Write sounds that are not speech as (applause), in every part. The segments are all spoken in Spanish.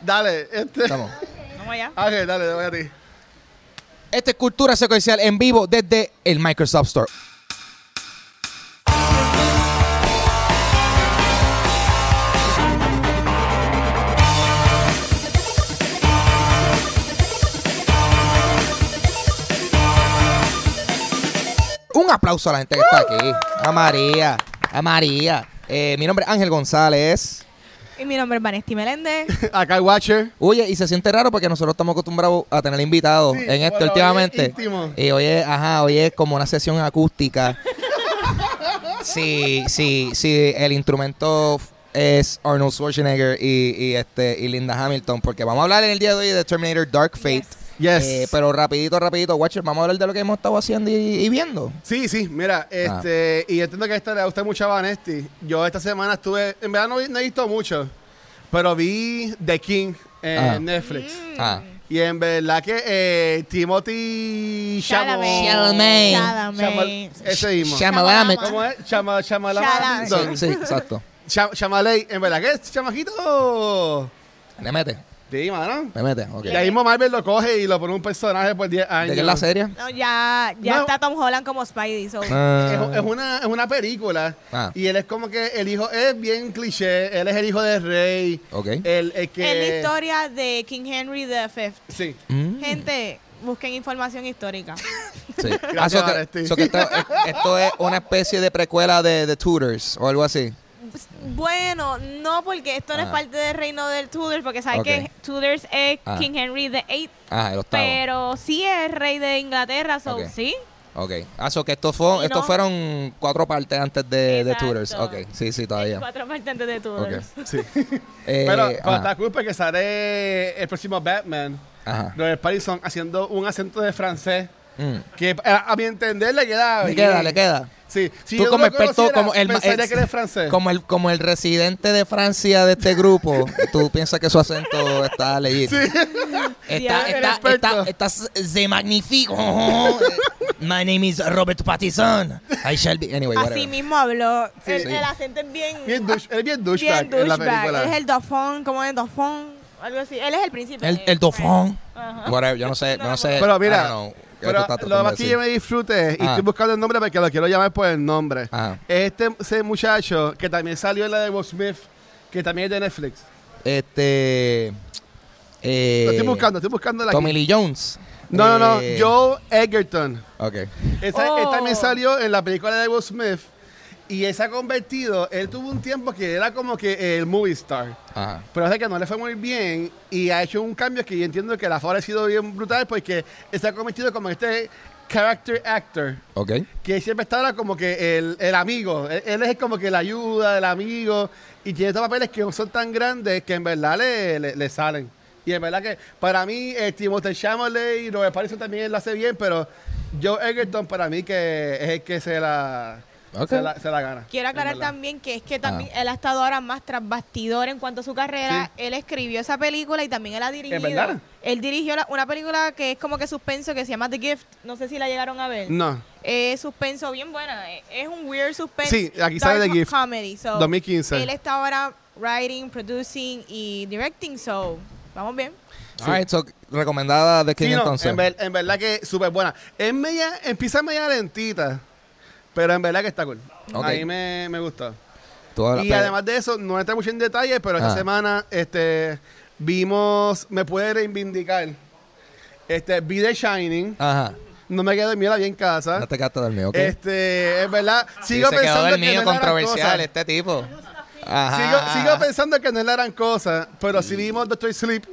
Dale, este. (laughs) Estamos. Vamos allá. Ángel, dale, te voy a ti. Esta es Cultura Secuencial en vivo desde el Microsoft Store. Un aplauso a la gente que está aquí. A María, a María. Eh, mi nombre es Ángel González. Y mi nombre es Vanesti (laughs) Meléndez. Acá hay Watcher. Oye, y se siente raro porque nosotros estamos acostumbrados a tener invitados Sí, en bueno, esto hoy es últimamente. íntimo. y hoy es, ajá, hoy es como una sesión (laughs) acústica. sí, sí, sí, el instrumento es Arnold Schwarzenegger y, y, este y Linda Hamilton, porque vamos a hablar en el día de hoy de Terminator Dark Fate. Yes. Eh, pero rapidito, rapidito, Watcher, vamos a hablar de lo que hemos estado haciendo y, y viendo. Sí, sí, mira, Ah. este, y entiendo que a esta le gusta mucho a Vanesti. Yo esta semana estuve, en verdad no, vi- no he visto mucho, pero vi The King en Ah. Netflix. Ah. Y en verdad que eh, Timothy Chalamet. Chalamet. Chalamet. Chalamet. Ese mismo. Shyamalan. ¿Cómo es? Chama, Shyamalan. Chama, Sí, sí, exacto. Chamaley. En verdad que es chamaquito. Le mete, Sí, mano. le mete, ok. Y ahí mismo Marvel lo coge y lo pone un personaje por 10 años. ¿De qué es la serie? No, ya, ya No. está Tom Holland como Spidey. so- Ah. Es, es una, es una película Ah. y él es como que el hijo es bien cliché, él es el hijo del rey. Ok. Eh, El, el que... Es la historia de King Henry V. Sí. Mm. Gente, busquen (laughs) información histórica. Sí. (laughs) Gracias, Ah, so que- Vanesti. so que esto, esto es una especie de precuela de The Tudors o algo así. Pues, Bueno, no, porque esto no es Ah. parte del reino del Tudors, porque sabes Ok. que Tudors es Ah. King Henry VIII, Ah, el octavo. pero sí es rey de Inglaterra, so, Ok. sí. Ok. Ah, so que estos, fue, Y estos no- fueron cuatro partes antes de The Exacto. Tudors. Ok, sí, sí, Hay todavía. cuatro partes antes de Tudors. Sí. Eh, (laughs) Pero, pero ajá, está cool porque sale el próximo Batman, ajá. Robert Pattinson, haciendo un acento de francés Mm. que a, a mi entender le queda Le bien. queda, le queda. Sí. Si Tú yo como lo experto, conociera, como el, ma- pensaría el- que él es francés. como el como el residente de Francia de este grupo, tú piensas que su acento está legítimo. Está, Ya, el está, experto. está, está, se magnifico. (laughs) My name is Robert Pattinson. I shall be. Anyway, Así whatever. mismo habló. el, Sí. el acento es bien, Bien douche- él es bien douchebag bien en la douchebag. película. Él es el dofón, ¿cómo es? Dofón, algo así. Él es pues. el príncipe. El, el dofón. Whatever, yo no sé, yo no sé. Pero Eh, I mira, don't know qué tú pero estás tratando lo de más que decir. yo me disfrute, y Ah. estoy buscando el nombre porque lo quiero llamar por el nombre, Ajá. este ese muchacho que también salió en la de Will Smith, que también es de Netflix. Este. Eh, lo estoy buscando, estoy buscando la... Tommy Lee Jones. No, no, no, Eh, Joe Egerton. Ok. Esa- Oh. Él también salió en la película de Will Smith y él se ha convertido, él tuvo un tiempo que era como que el movie star. Ajá. Pero es que no le fue muy bien y ha hecho un cambio que yo entiendo que la ha favorecido bien brutal porque se ha convertido como este character actor. Ok. que siempre está ahora como que el, el amigo. Él, él es como que la ayuda, el amigo. Y tiene estos papeles que no son tan grandes que en verdad le, le- le salen. Y en verdad que para mí, eh, Timothée Chalamet y Robert Pattinson también lo hace bien, pero Joe Egerton para mí que es el que se la, Ok. se la, se la gana. Quiero en aclarar verdad. Ah. también que es que también él ha estado ahora más tras bastidor en cuanto a su carrera. Sí. Él escribió esa película y también él ha dirigido. verdad? Él dirigió la- una película que es como que suspenso que se llama The Gift. No sé si la llegaron a ver. No, Es suspenso bien buena. Es- Es un weird suspense. Sí, aquí sale dark The Gift. Comedy. So, 2015. Él está ahora writing, producing y directing. So, vamos bien. Alright, so recomendada de King Sí, no, entonces. en, ver- en verdad que súper buena. Es media, empieza media lentita, pero en verdad que está cool. Ok. A mí me, me gustó. Tú hablas- Y pero- además de eso, no entré mucho en detalle, pero esta Ah. semana este, vimos, me pude reivindicar. Este, vi The Shining, Ajá. no me quedé dormida bien en casa. Ah. No te quedaste dormido, ok. Este, es verdad, Sí, sigo se quedó ¿Ah? pensando que no dormido es la gran controversial cosa. este tipo. Ajá. Mm. Sigo, sigo pensando que no es la gran cosa, pero si vimos Doctor Sleep,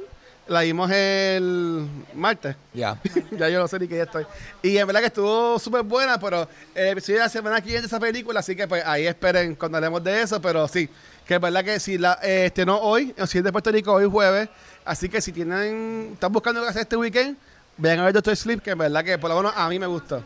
la vimos el martes. Ya. (laughs) ya yo no sé ni qué día estoy. Y en verdad que estuvo súper buena, pero eh, sí, la semana que viene esa película, así que pues ahí esperen cuando hablemos de eso, pero sí, que es verdad que si la eh, estrenó hoy, o si es de Puerto Rico, hoy jueves, así que si tienen, están buscando qué hacer este weekend, vayan a ver Doctor Sleep, que en verdad que por lo menos a mí me gustó.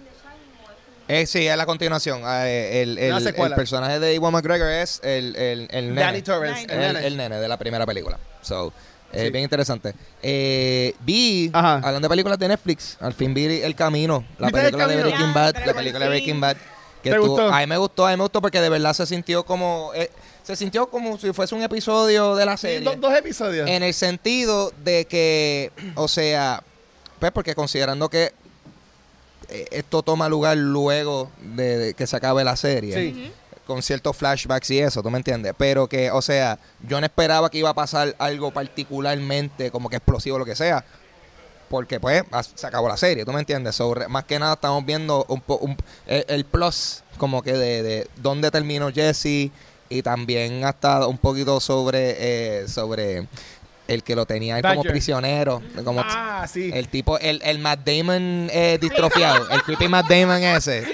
Eh, sí, es la continuación. Ah, eh, el, el, Una el secuela. personaje de Iwan McGregor es el, el, el nene. Danny Torrance, Nene. el el, nene. el nene de la primera película. So, eh, Sí. bien interesante. Eh, vi, Ajá. hablando de películas de Netflix, al fin vi El Camino, la ¿Viste El película de Camino? Ah, Breaking Ya, Bad, pero la por película de fin. Breaking Bad, Que ¿Te tú- gustó? A mí me gustó, a mí me gustó porque de verdad se sintió como. eh, se sintió como si fuese un episodio de la Sí, serie. do- dos episodios. En el sentido de que, o sea, pues porque considerando que eh, esto toma lugar luego de, de que se acabe la serie, Sí. con ciertos flashbacks y eso, ¿tú me entiendes? Pero que, o sea, yo no esperaba que iba a pasar algo particularmente como que explosivo o lo que sea. Porque pues as- se acabó la serie, ¿tú me entiendes? So, re- más que nada estamos viendo un po- un- el, el plus como que de, de dónde terminó Jesse y también hasta un poquito sobre eh, sobre el que lo tenía ahí como Badger. prisionero, como Ah, sí. el tipo, el, el Matt Damon eh, distrofiado, el creepy Matt Damon ese.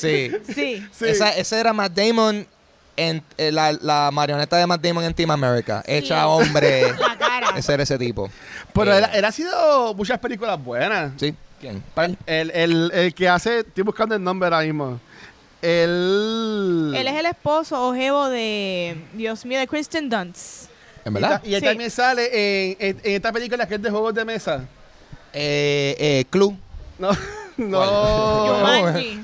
Sí. Sí. Sí. Esa- ese era Matt Damon, en, eh, la, la marioneta de Matt Damon en Team America, hecha hombre. (laughs) La cara. ese era ese tipo. Pero Eh, él, él ha sido muchas películas buenas. Sí. ¿Quién? El, el, el que hace, estoy buscando el nombre ahora mismo. El. Él es el esposo ojevo de, Dios mío, de Kristen Dunst. ¿En Y verdad? ta- Y, él Sí. también sale en, en- en esta película que es de juegos de mesa. Eh, eh, Clue. No, (laughs) no. ¿Cuál? Jumanji.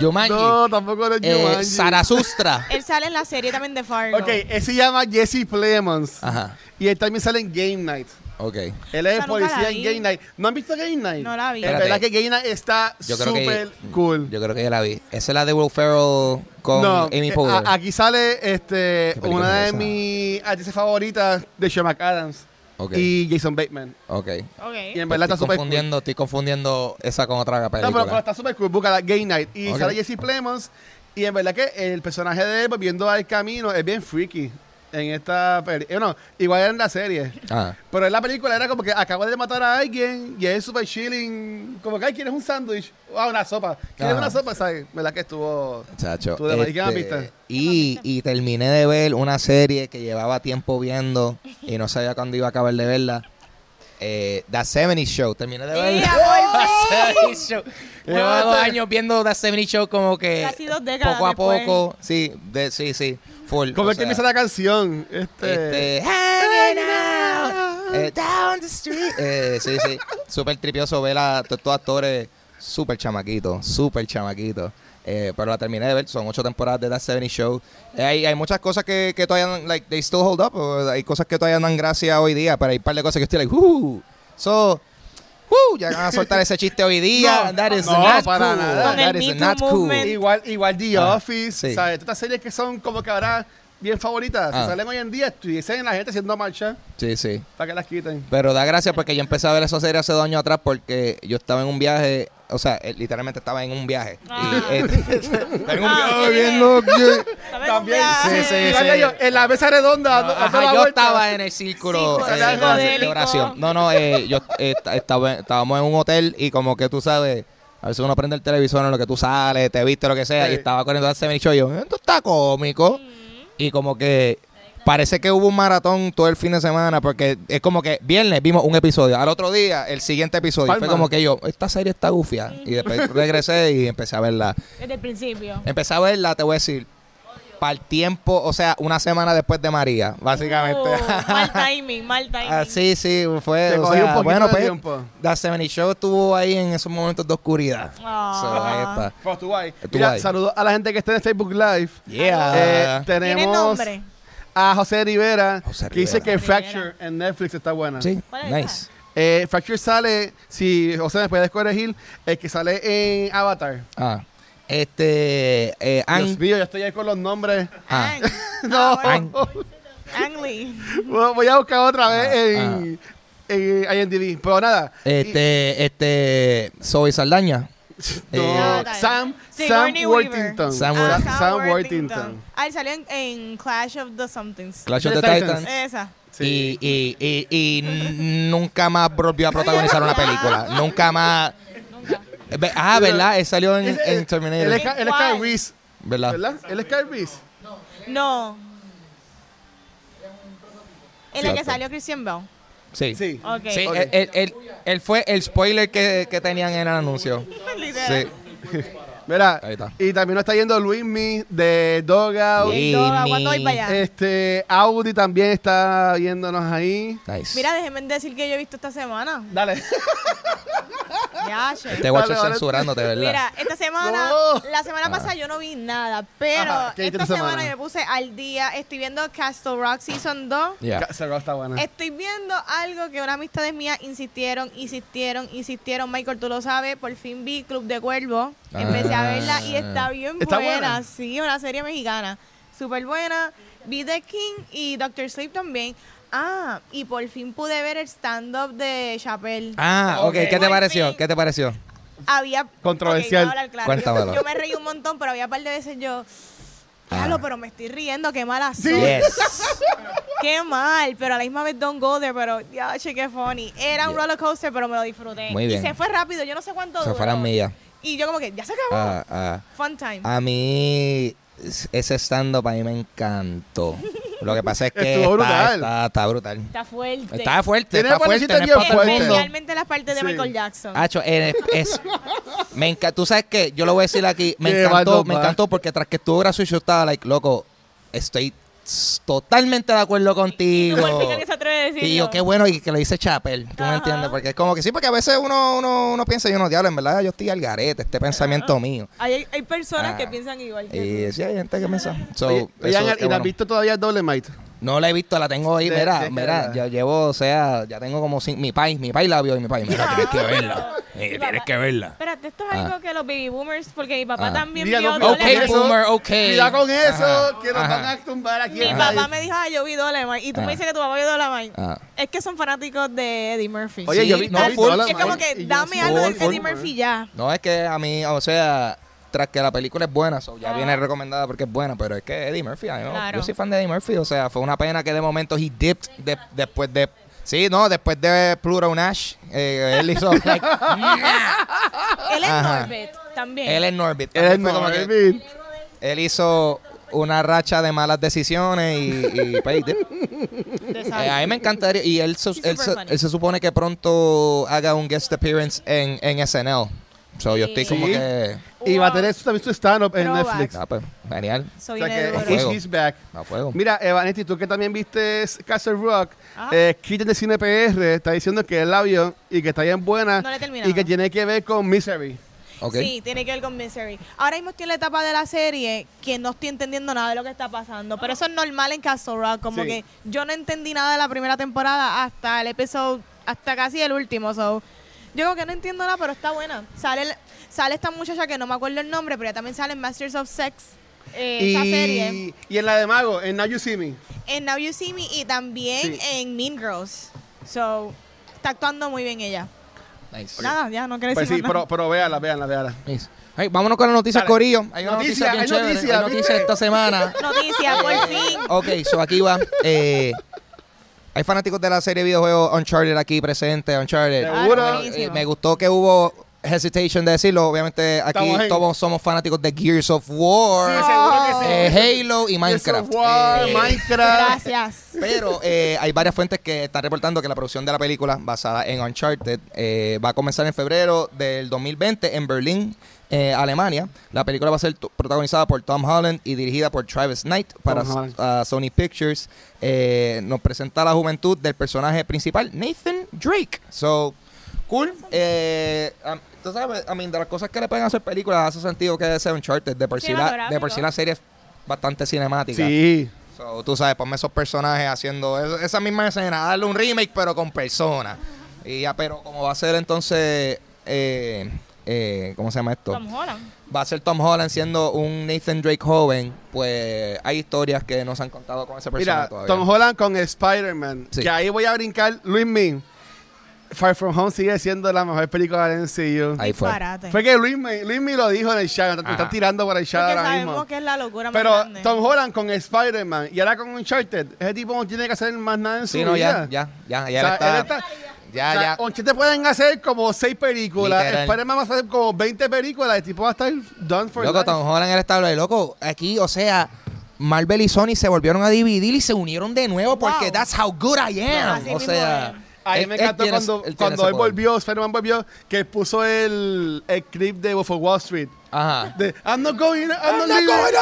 Jumanji. no, tampoco es eh, Jumanji. (laughs) Zaratustra. Él sale en la serie también de Fargo. Ok, él se llama Jesse Plemons. Ajá. Y él también sale en Game Night. Ok. Él es Esa nunca policía la en vi. Game Night. ¿No han visto Game Night? No la vi. Es verdad que Espérate. Game Night está Yo creo que- súper cool. Yo creo que ya la vi. Esa es la de Will Ferrell con no, Amy eh, Poehler. a- aquí sale este ¿Qué película una de es esa? mis artistas favoritas de Sean Adams ok. y Jason Bateman. ok. Ok. Y en verdad está estoy súper cool. confundiendo, estoy confundiendo esa con otra película. No, pero, pero está súper cool. Búscala, Gay Night. Y Ok. sale Jesse Plemons. Y en verdad que el personaje de él, volviendo al camino, es bien freaky en esta película. Bueno, igual era en la serie. Ah, Pero en la película era como que acabo de matar a alguien y es súper chilling. Como que, ay, ¿quieres un sándwich? Ah, una sopa. ¿Quieres Ajá. una sopa? ¿Sabes? ¿Verdad que estuvo...? chacho. este, Tú de Mexicana Pista. y, y terminé de ver una serie que llevaba tiempo viendo y no sabía cuándo iba a acabar de verla. Eh, The 70 Show. Terminé de ver Ea, (laughs) The 70 Show. Llevaba Llevaste- años viendo The 70 Show como que Casi dos décadas poco a después. poco. Sí, de, sí, sí. Full. Como o es que sea, empieza la canción. Este... Este, hanging out, eh, down the street. Eh, sí, sí. Súper tripioso ver a to- estos actores súper chamaquitos, súper chamaquitos. Eh, pero la terminé de ver, son ocho temporadas de That 70 Show. Eh, hay, hay muchas cosas que, que todavía, dan- like, they still hold up. o hay cosas que todavía dan gracia hoy día, pero hay un par de cosas que estoy like, "Woo". So, woo, ya van a soltar ese chiste hoy día. No, that is no, not para cool. nada. Con el That Me is Too not cool. movement. Igual, igual The Ah, Office. sí. ¿Sabes? Todas estas series que son como que ahora bien favoritas. Ah. Si salen hoy en día, estuviesen la gente haciendo marcha Sí, sí. para que las quiten. Pero da gracia porque yo empecé a ver esa serie hace dos años atrás porque yo estaba en un viaje, o sea, eh, literalmente estaba en un viaje. Ah. Y, eh, (laughs) estaba en un Ah, viaje sí. bien loco. Está bien, También, ya. Sí, sí, Igual sí. que yo, en la mesa redonda. dando- dando la Ajá, yo vuelta. estaba en el círculo Círculo eh, psicodélico. de oración. No, no, eh, yo eh, esta- estaba, estábamos en un hotel y como que tú sabes, a veces uno prende el televisor en lo que tú sales, te viste, lo que sea, Sí. y estaba corriendo ese show y yo, esto está cómico. Y como que parece que hubo un maratón todo el fin de semana porque es como que viernes vimos un episodio, al otro día el siguiente episodio. Palma. Fue como que yo, esta serie está gufia. Y después regresé y empecé a verla. Desde el principio. Empecé a verla, te voy a decir, para el tiempo, o sea, una semana después de María, básicamente. (laughs) Uh, mal timing, mal timing. Ah, sí, sí, fue. Te o cogí sea, un poquito bueno, de pues, tiempo. The 70 Show estuvo ahí en esos momentos de oscuridad. Ah. So, ahí está. Pero Pues estuvo ahí. Estuvo Mira, ahí. saludos a la gente que está en Facebook Live. Yeah. Eh, ¿Tiene tenemos nombre? a José Rivera, José que dice Rivera. que Rivera. Fracture en Netflix está buena. sí, ¿Cuál es nice. Eh, Fracture sale, si José me puedes corregir, el que sale en Avatar. Ah. Este. Eh, Dios Ang- mío, yo estoy ahí con los nombres. Ah. (laughs) Ang. No, Ah, bueno. Ang Lee. Voy- voy a buscar otra vez Ah, en, en IMDb. Pero nada. Este. Este. Zoe Saldaña. No, eh, Avatar. Sam, Sam Sigourney Weaver. Worthington. Sam Sa- Worthington. Sam Worthington. Ah, él salió en, en Clash of the Somethings. Clash The of the Titans. Titans. Esa. Sí. Y, y, y, y n- nunca más volvió a protagonizar una (laughs) película. Nunca más. Nunca. Ve- Ah, ¿verdad? Él salió en, Ese- en Él es, Terminator. Ka- él es Kyle ¿Cuál? Reese, ¿Verdad? ¿verdad? Él es Kyle Reese. No. En la que Exacto. salió Christian Bell. Sí. Sí. Ok. Sí, Ok. él, él- él- él fue el spoiler que, que tenían en el anuncio. Literal. Sí. Mira, Ahí está. y también nos está yendo Luismi de Dogout. Bien, todo, aguanto ahí para allá. Este, Audi también está viéndonos ahí. Nice. (laughs) Mira, déjenme decir que yo he visto esta semana. Dale. Ya, che. Este guacho Dale, dale. censurándote, ¿verdad? Mira, esta semana, No. Ah. la semana pasada yo no vi nada, pero Ajá, ¿qué viste esta esta semana? semana? me puse al día. Estoy viendo Castle Rock Season 2. (laughs) Ya. Ca- Cerrado está buena. Estoy viendo algo que unas amistades mías insistieron, insistieron, insistieron. Michael, tú lo sabes, por fin vi Club de Cuervo. Empecé a verla y está bien Ah. ¿Está buena. buena? Sí, una serie mexicana. Súper buena. Vi The King y Doctor Sleep también. Ah, y por fin pude ver el stand-up de Chappelle. Ah, ok. Ok. ¿Qué te Por pareció? fin. ¿Qué te pareció? Había... Controversial. Ok, voy a hablar claro. Cuéntamelo. Yo, yo me reí un montón, pero había un par de veces yo... Ah. Claro, pero me estoy riendo, qué mala soy. (laughs) Yes. Qué mal, pero a la misma vez Don't Go There, pero ya, che, qué funny. Era un roller coaster, pero me lo disfruté. Muy bien. Y se fue rápido, yo no sé cuánto Se duró. fueran mías. Y yo como que, ya se acabó. Ah, ah. Fun time. A mí, ese stand-up a mí me encantó. Lo que pasa es que Estuvo está, brutal. está, está brutal. Está fuerte. Está fuerte, Tiene está buenas fuerte. No es citas para todo el bien mundo. fuertes. Especialmente las partes de Sí. Michael Jackson. Hacho, es, es- me encanta. Tú sabes que yo lo voy a decir aquí. (laughs) Me Qué encantó, bando, me pa. encantó porque tras que estuvo gracioso, yo estaba like, loco, estoy s- totalmente de acuerdo y tú por fin contigo. alguien se atreve a decirlo. Y yo, qué bueno, y que lo dice Chapel. Tú me Ajá. entiendes, porque es como que sí, porque a veces uno, uno, uno piensa y uno, diablo, en verdad yo estoy al garete, este pensamiento mío. Hay, hay personas Ah. que piensan igual que tú. Y sí, hay gente que piensa. So, Oye, oye, eso, Ángel, qué ¿y la has bueno. visto todavía Dolemite? No la he visto, la tengo ahí. De- mira, de- mira, ya llevo, o sea, ya tengo como cinco, mi país, mi país la vio y mi país. Mira, tienes que (laughs) verla. eh, Mi tienes papá- que verla. Espérate, esto es Ah. algo que los baby boomers, porque mi papá Ah. también Mira, vio no, Ok, Dolemite. Dolemite. boomer, ok. Cuidado con eso, Ajá, que nos ajá. van a tumbar aquí. Mi en papá live. me dijo, ah, yo vi Dolemite. Y tú Ah. me dices que tu papá vio Dolemite. Ah. Es que son fanáticos de Eddie Murphy. Oye, Sí, yo vi no, yo vi full. Dolemite es como y que yo dame sí- algo de full, full. Eddie Murphy ya. No, es que a mí, o sea, tras que la película es buena, so, ya viene recomendada porque es buena, pero es que Eddie Murphy, ay, no, Claro. yo soy fan de Eddie Murphy, o sea, fue una pena que de momento he dipped de- después de... Sí, no, después de Pluto Nash, eh, él (laughs) hizo... like, Él es Ajá. Norbert también. él es Norbit. Él es Fue como que- Norbit. Él hizo una racha de malas decisiones y, y, pues, he dipped. De Eh, esa- a mí me encantaría. Y él, se- He's él, se, super funny. él se supone que pronto haga un guest appearance en, en SNL. So yo estoy Sí. como Sí. que. Y Wow. va a tener su- también su stand-up en Throwback. Netflix. Ah, pues, genial. O Soy sea un que héroe. he's- Fuego. he's back. A fuego. Mira, Evanetti, tú que también viste Castle Rock, Ajá. eh, Kitten de Cine PR está diciendo que él la vio y que está bien buena No la he terminado. y que tiene que ver con Misery. Ok. Sí, tiene que ver con Misery. Ahora mismo estoy en la etapa de la serie que no estoy entendiendo nada de lo que está pasando. Pero eso es normal en Castle Rock. Como Sí. que yo no entendí nada de la primera temporada hasta el episodio, hasta casi el último. So, yo como que no entiendo nada, pero está buena. Sale, el- sale esta muchacha que no me acuerdo el nombre, pero ella también sale en Masters of Sex. eh, esa serie. y, y en la de Mago, en Now You See (laughs) Me. en Now You See Me y también Sí. en Mean Girls. So, está actuando muy bien ella. Nice. Nada, ya no quiero Pues decir sí, más nada. pero, pero véala, véala, véala. Nice. Ay, vámonos con las noticias, Dale. Corillo. Hay una Noticia, noticia, bien hay chévere. noticia, hay noticia ¿viste? esta (laughs) semana. Eh, Noticia, (laughs) por fin. Ok, so aquí (laughs) va. Eh, hay fanáticos de la serie de videojuegos Uncharted aquí presentes. Uncharted. Seguro. Ah, Eh, Eh, buenísimo. me gustó que hubo hesitation de decirlo. Obviamente aquí Estamos en- todos somos fanáticos de Gears of War, Oh. Sí, seguro que sí. eh, Halo y Gears Minecraft. of War, Eh, Minecraft. Gracias. pero eh, hay varias fuentes que están reportando que la producción de la película basada en Uncharted eh, va a comenzar en febrero del 2020 en Berlín, eh, Alemania. La película va a ser tu- protagonizada por Tom Holland y dirigida por Travis Knight para Tom Holland. ah, Sony Pictures. Eh, nos presenta la juventud del personaje principal, Nathan Drake. So, cool. Eh, am- tú sabes, a mí, de las cosas que le pueden hacer películas, hace sentido que sea Uncharted. De por sí, la, de por sí la serie es bastante cinemática. Sí. So, tú sabes, ponme esos personajes haciendo es- esa misma escena, darle un remake, pero con personas. Y ya, pero como va a ser entonces, eh, eh, ¿cómo se llama esto? Tom Holland. Va a ser Tom Holland siendo un Nathan Drake joven, pues hay historias que no se han contado con ese personaje Mira, todavía. Tom Holland con Spider-Man. Sí. Que ahí voy a brincar. Luis Min. Far From Home sigue siendo la mejor película del MCU. Ahí fue. Disparate. Fue que Luis Min, Luis Min lo dijo en el chat. Me Ajá. están tirando para el chat Porque ahora sabemos mismo. que es la locura más Pero grande. Tom Holland con Spider-Man y ahora con Uncharted, ese tipo no tiene que hacer más nada en su Sí, no, vida. ya, ya, ya, O ya. sea, él él está- está- ya, o sea, ya. Uncharted pueden hacer como seis películas. Literal. Spider-Man va a hacer como 20 películas. El tipo va a estar done for Loco, life. Tom Holland era estable. Loco, aquí, o sea, Marvel y Sony se volvieron a dividir y se unieron de nuevo porque Wow. that's how good I am. Así o mismo sea, es. A mí él- me él encantó tiene- cuando, tiene cuando ese él poder. volvió, Spider-Man volvió, que puso el, el clip de Wolf of Wall Street. Ajá. De, I'm not going, I'm, not I'm not leaving. going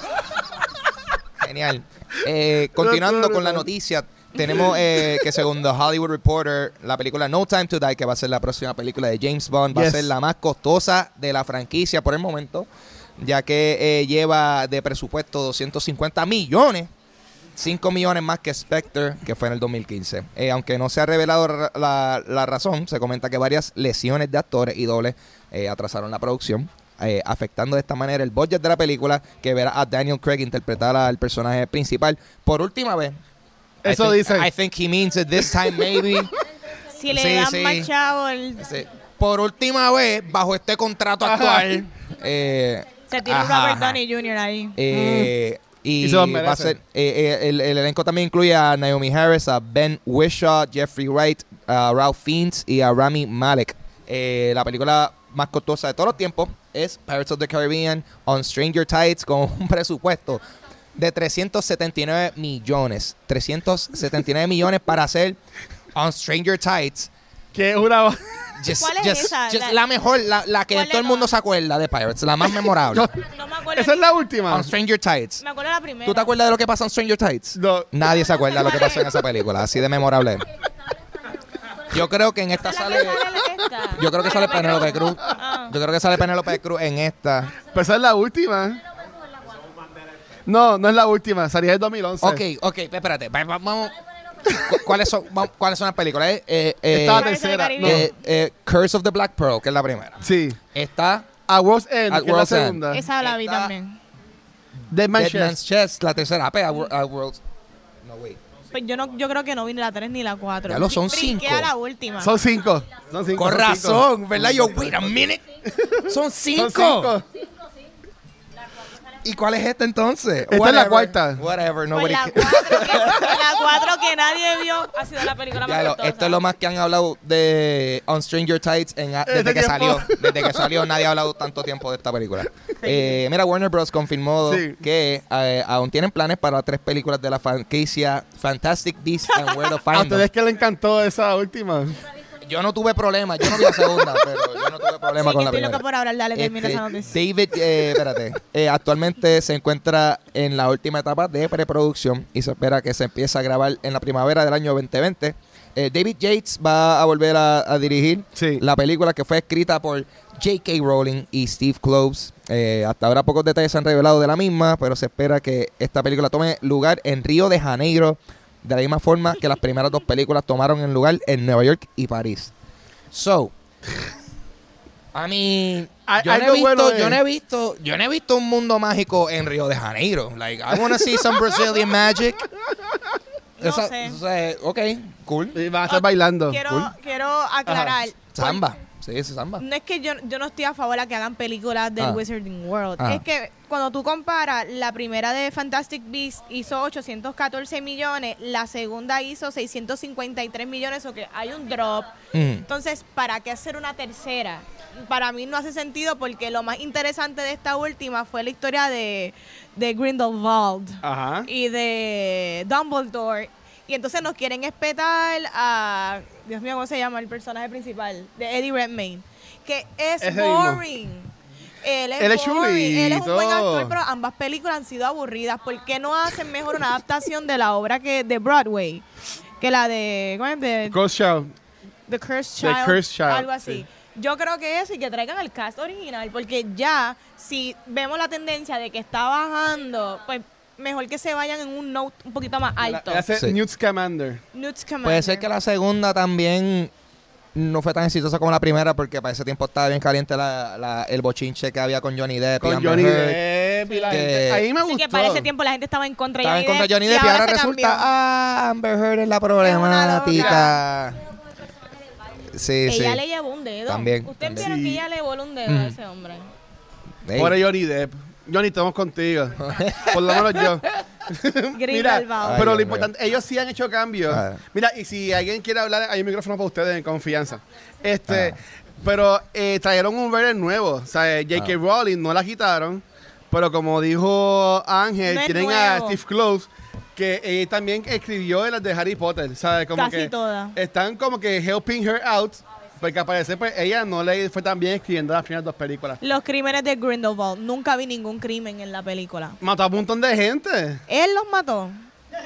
anywhere. Genial. Eh, continuando con la noticia, Tenemos eh, que según The Hollywood Reporter, la película No Time to Die, que va a ser la próxima película de James Bond, va Yes. a ser la más costosa de la franquicia por el momento, ya que eh, lleva de presupuesto 250 millones, 5 millones más que Spectre, que fue en el 2015. Eh, aunque no se ha revelado ra- la, la razón, se comenta que varias lesiones de actores y dobles eh, atrasaron la producción. eh, afectando de esta manera el budget de la película que verá a Daniel Craig interpretar al personaje principal por última vez I Eso think- dicen. I think he means it this time, (laughs) maybe. Si le Sí, dan sí. más chavo, el- Sí. Por última vez, bajo este contrato Ajá. actual. eh, se tira un ajá, Robert ajá. Downey Jr. ahí. Eh, Y, Mm. Y se los va a merecen. ser, eh, eh, el, el elenco también incluye a Naomi Harris, a Ben Wishaw, Jeffrey Wright, a Ralph Fiennes y a Rami Malek. Eh, la película más costosa de todos los tiempos es Pirates of the Caribbean on Stranger Tides con un (laughs) presupuesto de 379 millones. 379 millones para hacer on Stranger Tides. Que es una. Just- ¿Cuál es just- esa? just La- la mejor, la, la que ¿Cuál es todo el mundo la- se acuerda de Pirates, la (laughs) más (laughs) memorable. No, No me acuerdo. esa es la última. on Stranger Tides. Me acuerdo la primera. ¿Tú te acuerdas de lo que pasa en Stranger Tides? No. Nadie se acuerda lo que pasó en esa película, así de memorable. Yo creo que en esta ¿Es la sale. que sale en esta? Yo creo que sale Penélope Cruz. Ah. Yo creo que sale Penélope Cruz en esta. Pero esa es la última. No, no es la última. Salía en 2011. Ok, eh, ok, espérate. va- va- Vamos. Cu- ¿Cuáles son, va- ¿Cuáles son las películas? Eh, eh, eh, Está la Pirates of the tercera. Caribbean. No. eh, eh, Curse of the Black Pearl, que es la primera. Sí. Está A World's End, At que es la World's End. segunda. Esa la vi Esta- también. Dead Man's Dead Man's Chest. Chest, la tercera. Ape, a, Wor- a World's- No, wait. Pues yo, no, yo creo que no vi ni la 3 ni la 4. Ya lo son cinco. a la última. Son cinco. Son cinco. son cinco. Con razón, ¿verdad? Yo, wait a minute. Son Son cinco. cinco. ¿Y cuál es esta entonces? Esta es la cuarta. Whatever, Pues nobody la ca- 4 que, (laughs) la cuatro que nadie vio ha sido la película más Ya lo- costosa. esto es lo más que han hablado de On Stranger Tides en- desde que Este tiempo. salió. Desde que salió nadie ha hablado tanto tiempo de esta película. Eh, mira, Warner Bros. confirmó Sí. que eh, aún tienen planes para tres películas de la franquicia Fantastic Beasts and Where to A Find Them. Ah, ustedes que le encantó esa última. Yo no tuve problema. Yo no vi la segunda, pero yo no tuve Así problema que con la estoy loca primera. por hablar, dale, termina Este, esa noticia. David, eh, espérate, eh, actualmente se encuentra en la última etapa de preproducción y se espera que se empiece a grabar en la primavera del año 2020. Eh, David Yates va a volver a, a dirigir Sí. la película que fue escrita por J.K. Rowling y Steve Kloves. Eh, hasta ahora pocos detalles se han revelado de la misma, pero se espera que esta película tome lugar en Río de Janeiro, de la misma forma que las primeras dos películas tomaron en lugar en Nueva York y París. So, a mí, Al- yo no, he algo visto, bueno es- yo no he visto, yo no he visto un mundo mágico en Río de Janeiro. Like, I wanna see some Brazilian magic. (laughs) No Esa- sé. o sea, ok, cool. Y van a Oh, estar bailando. Quiero, Cool. quiero aclarar. Samba, sí, es samba. No es que yo, yo no estoy a favor a que hagan películas del Ah. Wizarding World. Ah. Es que cuando tú comparas, la primera de Fantastic Beasts hizo 814 millones, la segunda hizo 653 millones, o que hay un drop. Mm. Entonces, ¿para qué hacer una tercera? Para mí no hace sentido porque lo más interesante de esta última fue la historia de, de Grindelwald Ajá. y de Dumbledore. Y entonces nos quieren espetar a. Dios mío, ¿cómo se llama el personaje principal? De Eddie Redmayne. Que es Ese mismo. boring. Él es, Él es boring. Él es un buen chulito. actor, pero ambas películas han sido aburridas. ¿Por qué no hacen mejor una adaptación de la obra que de Broadway? Que la de. ¿Cómo es? De- Ghost Show. The Cursed The Child. Cursed Child, Algo así. sí. Yo creo que eso y que traigan el cast original, porque ya, si vemos la tendencia de que está bajando, pues mejor que se vayan en un note un poquito más alto. Él hace Sí. Newt Scamander. Newt Scamander. Puede ser que la segunda también no fue tan exitosa como la primera porque para ese tiempo estaba bien caliente la- la- el bochinche que había con Johnny Depp. y Con Amber Johnny Heard. Depp. y la Que- gente- Ahí me Así gustó. que para ese tiempo la gente estaba en contra de Estaba en contra de Johnny y Depp y ahora se resulta, cambió. ah, Amber Heard es la loca. problemática. Sí, Ella sí. le llevó un dedo. También, Ustedes también. vieron que Sí. ella le voló un dedo a ese hombre. (laughs) Ey. Por Johnny Depp. Johnny, estamos (laughs) contigo. Por lo menos yo. Mira, Grindelwald. Ay, pero lo Dios importante, ellos sí han hecho cambios. Ah. Mira, y si alguien quiere hablar, hay un micrófono para ustedes en confianza. Este, Ah. pero eh, trajeron un verde nuevo. O sea, eh, J.K. Ah. Rowling no la quitaron, pero como dijo Ángel, No es tienen a nuevo. Steve Close, que eh, también escribió de las de Harry Potter. ¿sabes? Como Casi que todas. Están como que helping her out, porque al parecer pues, ella no le fue tan bien escribiendo las primeras dos películas. Los crímenes de Grindelwald. Nunca vi ningún crimen en la película. Mató a un montón de gente. Él los mató.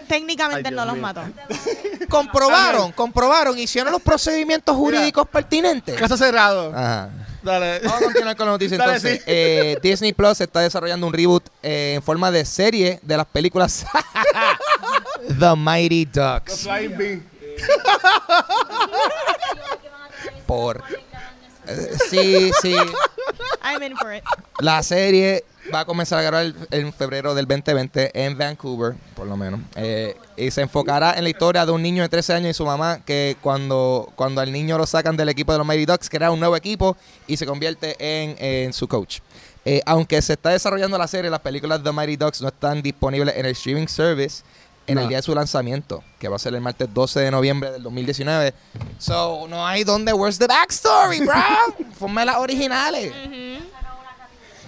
Técnicamente Ay, no Dios los mío. (laughs) mató. Comprobaron, comprobaron, hicieron los procedimientos jurídicos pertinentes. Caso cerrado. Ajá. Dale. Oh, Vamos a continuar con la noticia Dale, entonces. sí. Eh, Disney Plus está desarrollando un reboot eh, en forma de serie de las películas (laughs) The Mighty Los Ducks. Flying Bee. Por. Eh, sí, sí. I'm in for it. La serie va a comenzar a grabar el- en febrero del 2020 en Vancouver, por lo menos. Eh, y se enfocará en la historia de un niño de 13 años y su mamá que cuando, cuando al niño lo sacan del equipo de los Mighty Ducks, crea un nuevo equipo y se convierte en, en su coach. Eh, aunque se está desarrollando la serie, las películas de Mighty Ducks no están disponibles en el streaming service en el No. día de su lanzamiento, que va a ser el martes 12 de noviembre del 2019. So, no hay donde. Where's the backstory, bro? Ponme las originales.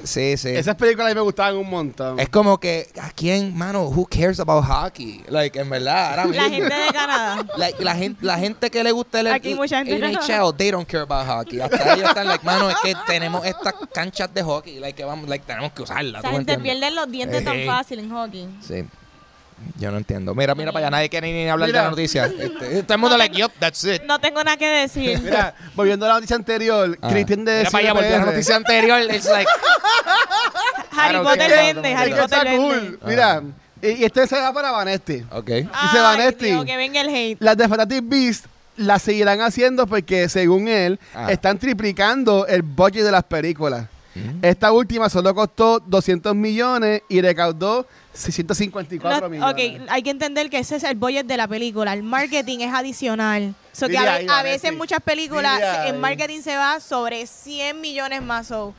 Sí, sí. Esas películas a mí me gustaban un montón. Es como que, ¿a quién, mano? Who cares about hockey? Like, en verdad, ahora La mismo. gente de (laughs) Ah, Canadá. (laughs) Like, la, gente, la gente que le gusta el Aquí el- mucha gente el no. NHL, they don't care about hockey. Hasta ellos están like, mano, es que tenemos estas canchas de hockey, like, que vamos, like, tenemos que usarlas. ¿tú Esa me gente entiendes? pierde los dientes Eh, tan Ey. fácil en hockey. Sí. Yo no entiendo. Mira, mira para allá, nadie quiere ni hablar Mira. de la noticia. Este, todo el mundo like, yup, that's it. No tengo nada que decir. Mira, volviendo a la noticia anterior, Ah. Cristian de Mira para allá, porque la CBR. noticia anterior, it's like, (laughs) Harry Claro, Potter ok. vende, Harry Es que Potter está vende. cool. Ah. Mira, y, y este se va para Vanesti. ok. (laughs) Dice Ay, Vanetti. Dios, que venga el hate. Las de Fanatic Beast las seguirán haciendo porque, según él, Ah. están triplicando el budget de las películas. Mm. Esta última solo costó 200 millones y recaudó 654 No, millones. ok, hay que entender que ese es el budget de la película. El marketing es adicional. So que a, Dile ve- ahí, a Vanessa. veces en muchas películas Dile ahí. el marketing se va sobre 100 millones más. So.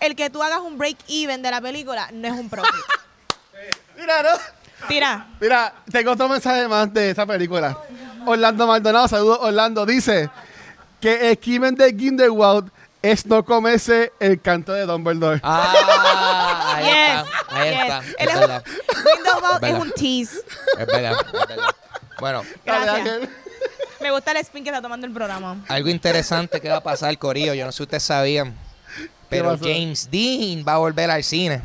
El que tú hagas un break even de la película no es un profit. (laughs) Mira, ¿no? Tira. Mira, tengo otro mensaje más de esa película. Orlando Maldonado, saludos Orlando, dice que el crimen de Grindelwald es no comerse el canto de Dumbledore. Ah, ahí Yes, está. Ahí yes. está. Él Es es un- verdad. Grindelwald es Verdad. un tease. Es verdad. Es verdad. Bueno, La verdad gracias. Me gusta el spin que está tomando el programa. Algo interesante que va a pasar, Corillo. Yo no sé si ustedes sabían. Pero pasó? James Dean va a volver al cine.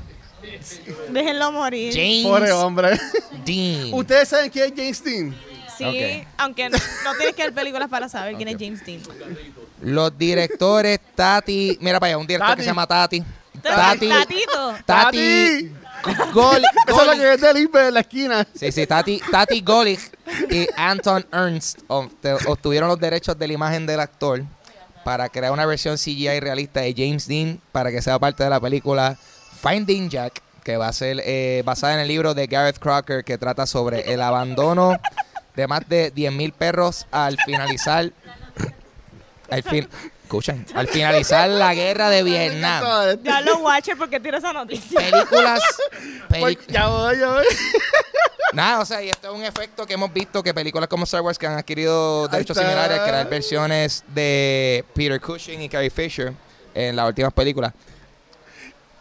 Déjenlo morir. que- Pobre James hombre. Dean. ¿Ustedes saben quién es James Dean? Sí, Ok. aunque no, no tienes que ver películas para saber quién es James Dean. Los directores Tati. Mira para allá, un director Tati. que se llama Tati. Tati. Tati. Tatito. Tati. Gol. Eso es lo Goli- que es del Iber en la esquina. Sí, sí, Tati, Tati Golich y Anton Ernst obte- obtuvieron los derechos de la imagen del actor para crear una versión CGI realista de James Dean para que sea parte de la película Finding Jack, que va a ser eh, basada en el libro de Gareth Crocker que trata sobre el abandono de más de 10.000 perros al finalizar... Al fin, escuchen, al finalizar la guerra de Vietnam. Ya lo watcher porque tira esa noticia. Películas... peli- Pues, ya voy, ya voy. Nada, o sea, y esto es un efecto que hemos visto que películas como Star Wars que han adquirido derechos está. similares, crear versiones de Peter Cushing y Carrie Fisher en las últimas películas.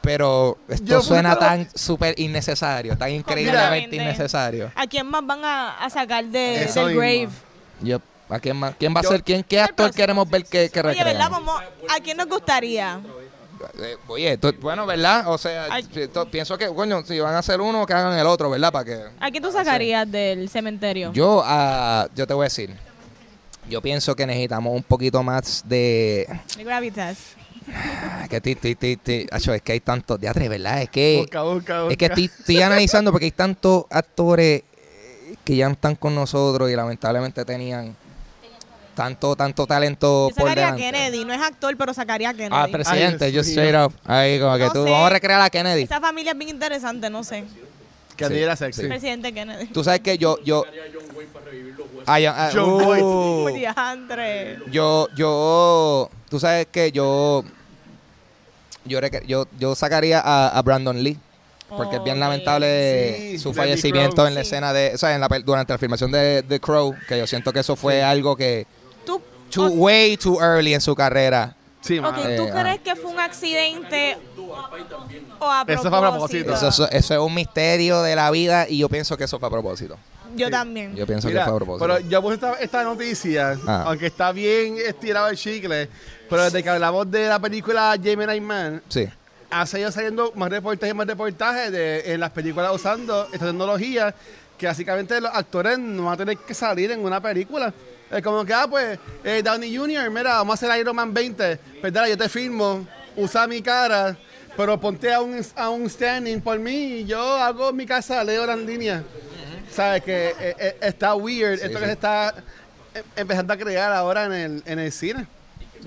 Pero esto Yo fui suena para- tan súper innecesario, tan increíblemente Completamente. innecesario. ¿A quién más van a, a sacar de, Eso Eh, del mismo. grave? Yup. ¿A quién, más? ¿Quién va a Yo- ser? ¿Quién, ¿Qué actor próximo, queremos ver que, que Oye, recrean? ¿verdad, Momo? ¿A quién nos gustaría? Eh, oye, tú- bueno, ¿verdad? O sea, Ay. esto- pienso que, coño, si van a hacer uno, que hagan el otro, ¿verdad? Para que... ¿A quién tú sacarías del cementerio? Yo, ah, yo te voy a decir. Yo pienso que necesitamos un poquito más de. De Gravitas. Ah, que ti, ti, ti, ti. Acho, es que hay tantos. Diatre, ¿verdad? Es que. Busca, busca, Eh, Es que busca. estoy, estoy analizando porque hay tantos actores eh, que ya no están con nosotros y lamentablemente tenían tanto, tanto talento Yo por sacaría a delante. Kennedy. No es actor, pero sacaría a Kennedy. Ah, presidente, Ay, yo Dios straight mío. up. Ahí, como que No tú. sé. Vamos a recrear a Kennedy. Esa familia es bien interesante, no sé. Que Sí, sí, era sexy. Presidente Kennedy. (laughs) Tú sabes que yo. yo Ah, yo- ah, John uh, Boyd. Uy, diantre. Yo, yo, tú sabes que yo, yo, rec- yo, yo sacaría a, a Brandon Lee. Porque es bien Ok. lamentable Sí, su de The fallecimiento Crow. en la Sí. escena de, o sea, en la, pel- durante la filmación de The Crow, que yo siento que eso fue algo que, ¿Tú, too, o- way too early en su carrera. Sí, ok, mano. ¿tú Eh, crees que fue un accidente o a propósito? Eso fue a propósito. Eso, eso, eso es un misterio de la vida y yo pienso que eso fue a propósito. Yo también. Yo pienso Mira, que fue a propósito. pero yo puse esta, esta noticia, Ah. aunque está bien estirado el chicle, pero desde que hablamos de la película Gemini Man, sí. ha seguido saliendo más reportajes y más reportajes de, en las películas usando esta tecnología que básicamente los actores no van a tener que salir en una película. Es como que, ah, pues, eh, Downey Jr., mira, vamos a hacer Iron Man 20. Pues dale, yo te filmo, usa mi cara, pero ponte a un, a un standing por mí y yo hago mi casa, leo las líneas. ¿Sabes? Que eh, eh, está weird Sí, esto sí. que se está em- empezando a crear ahora en el, en el cine.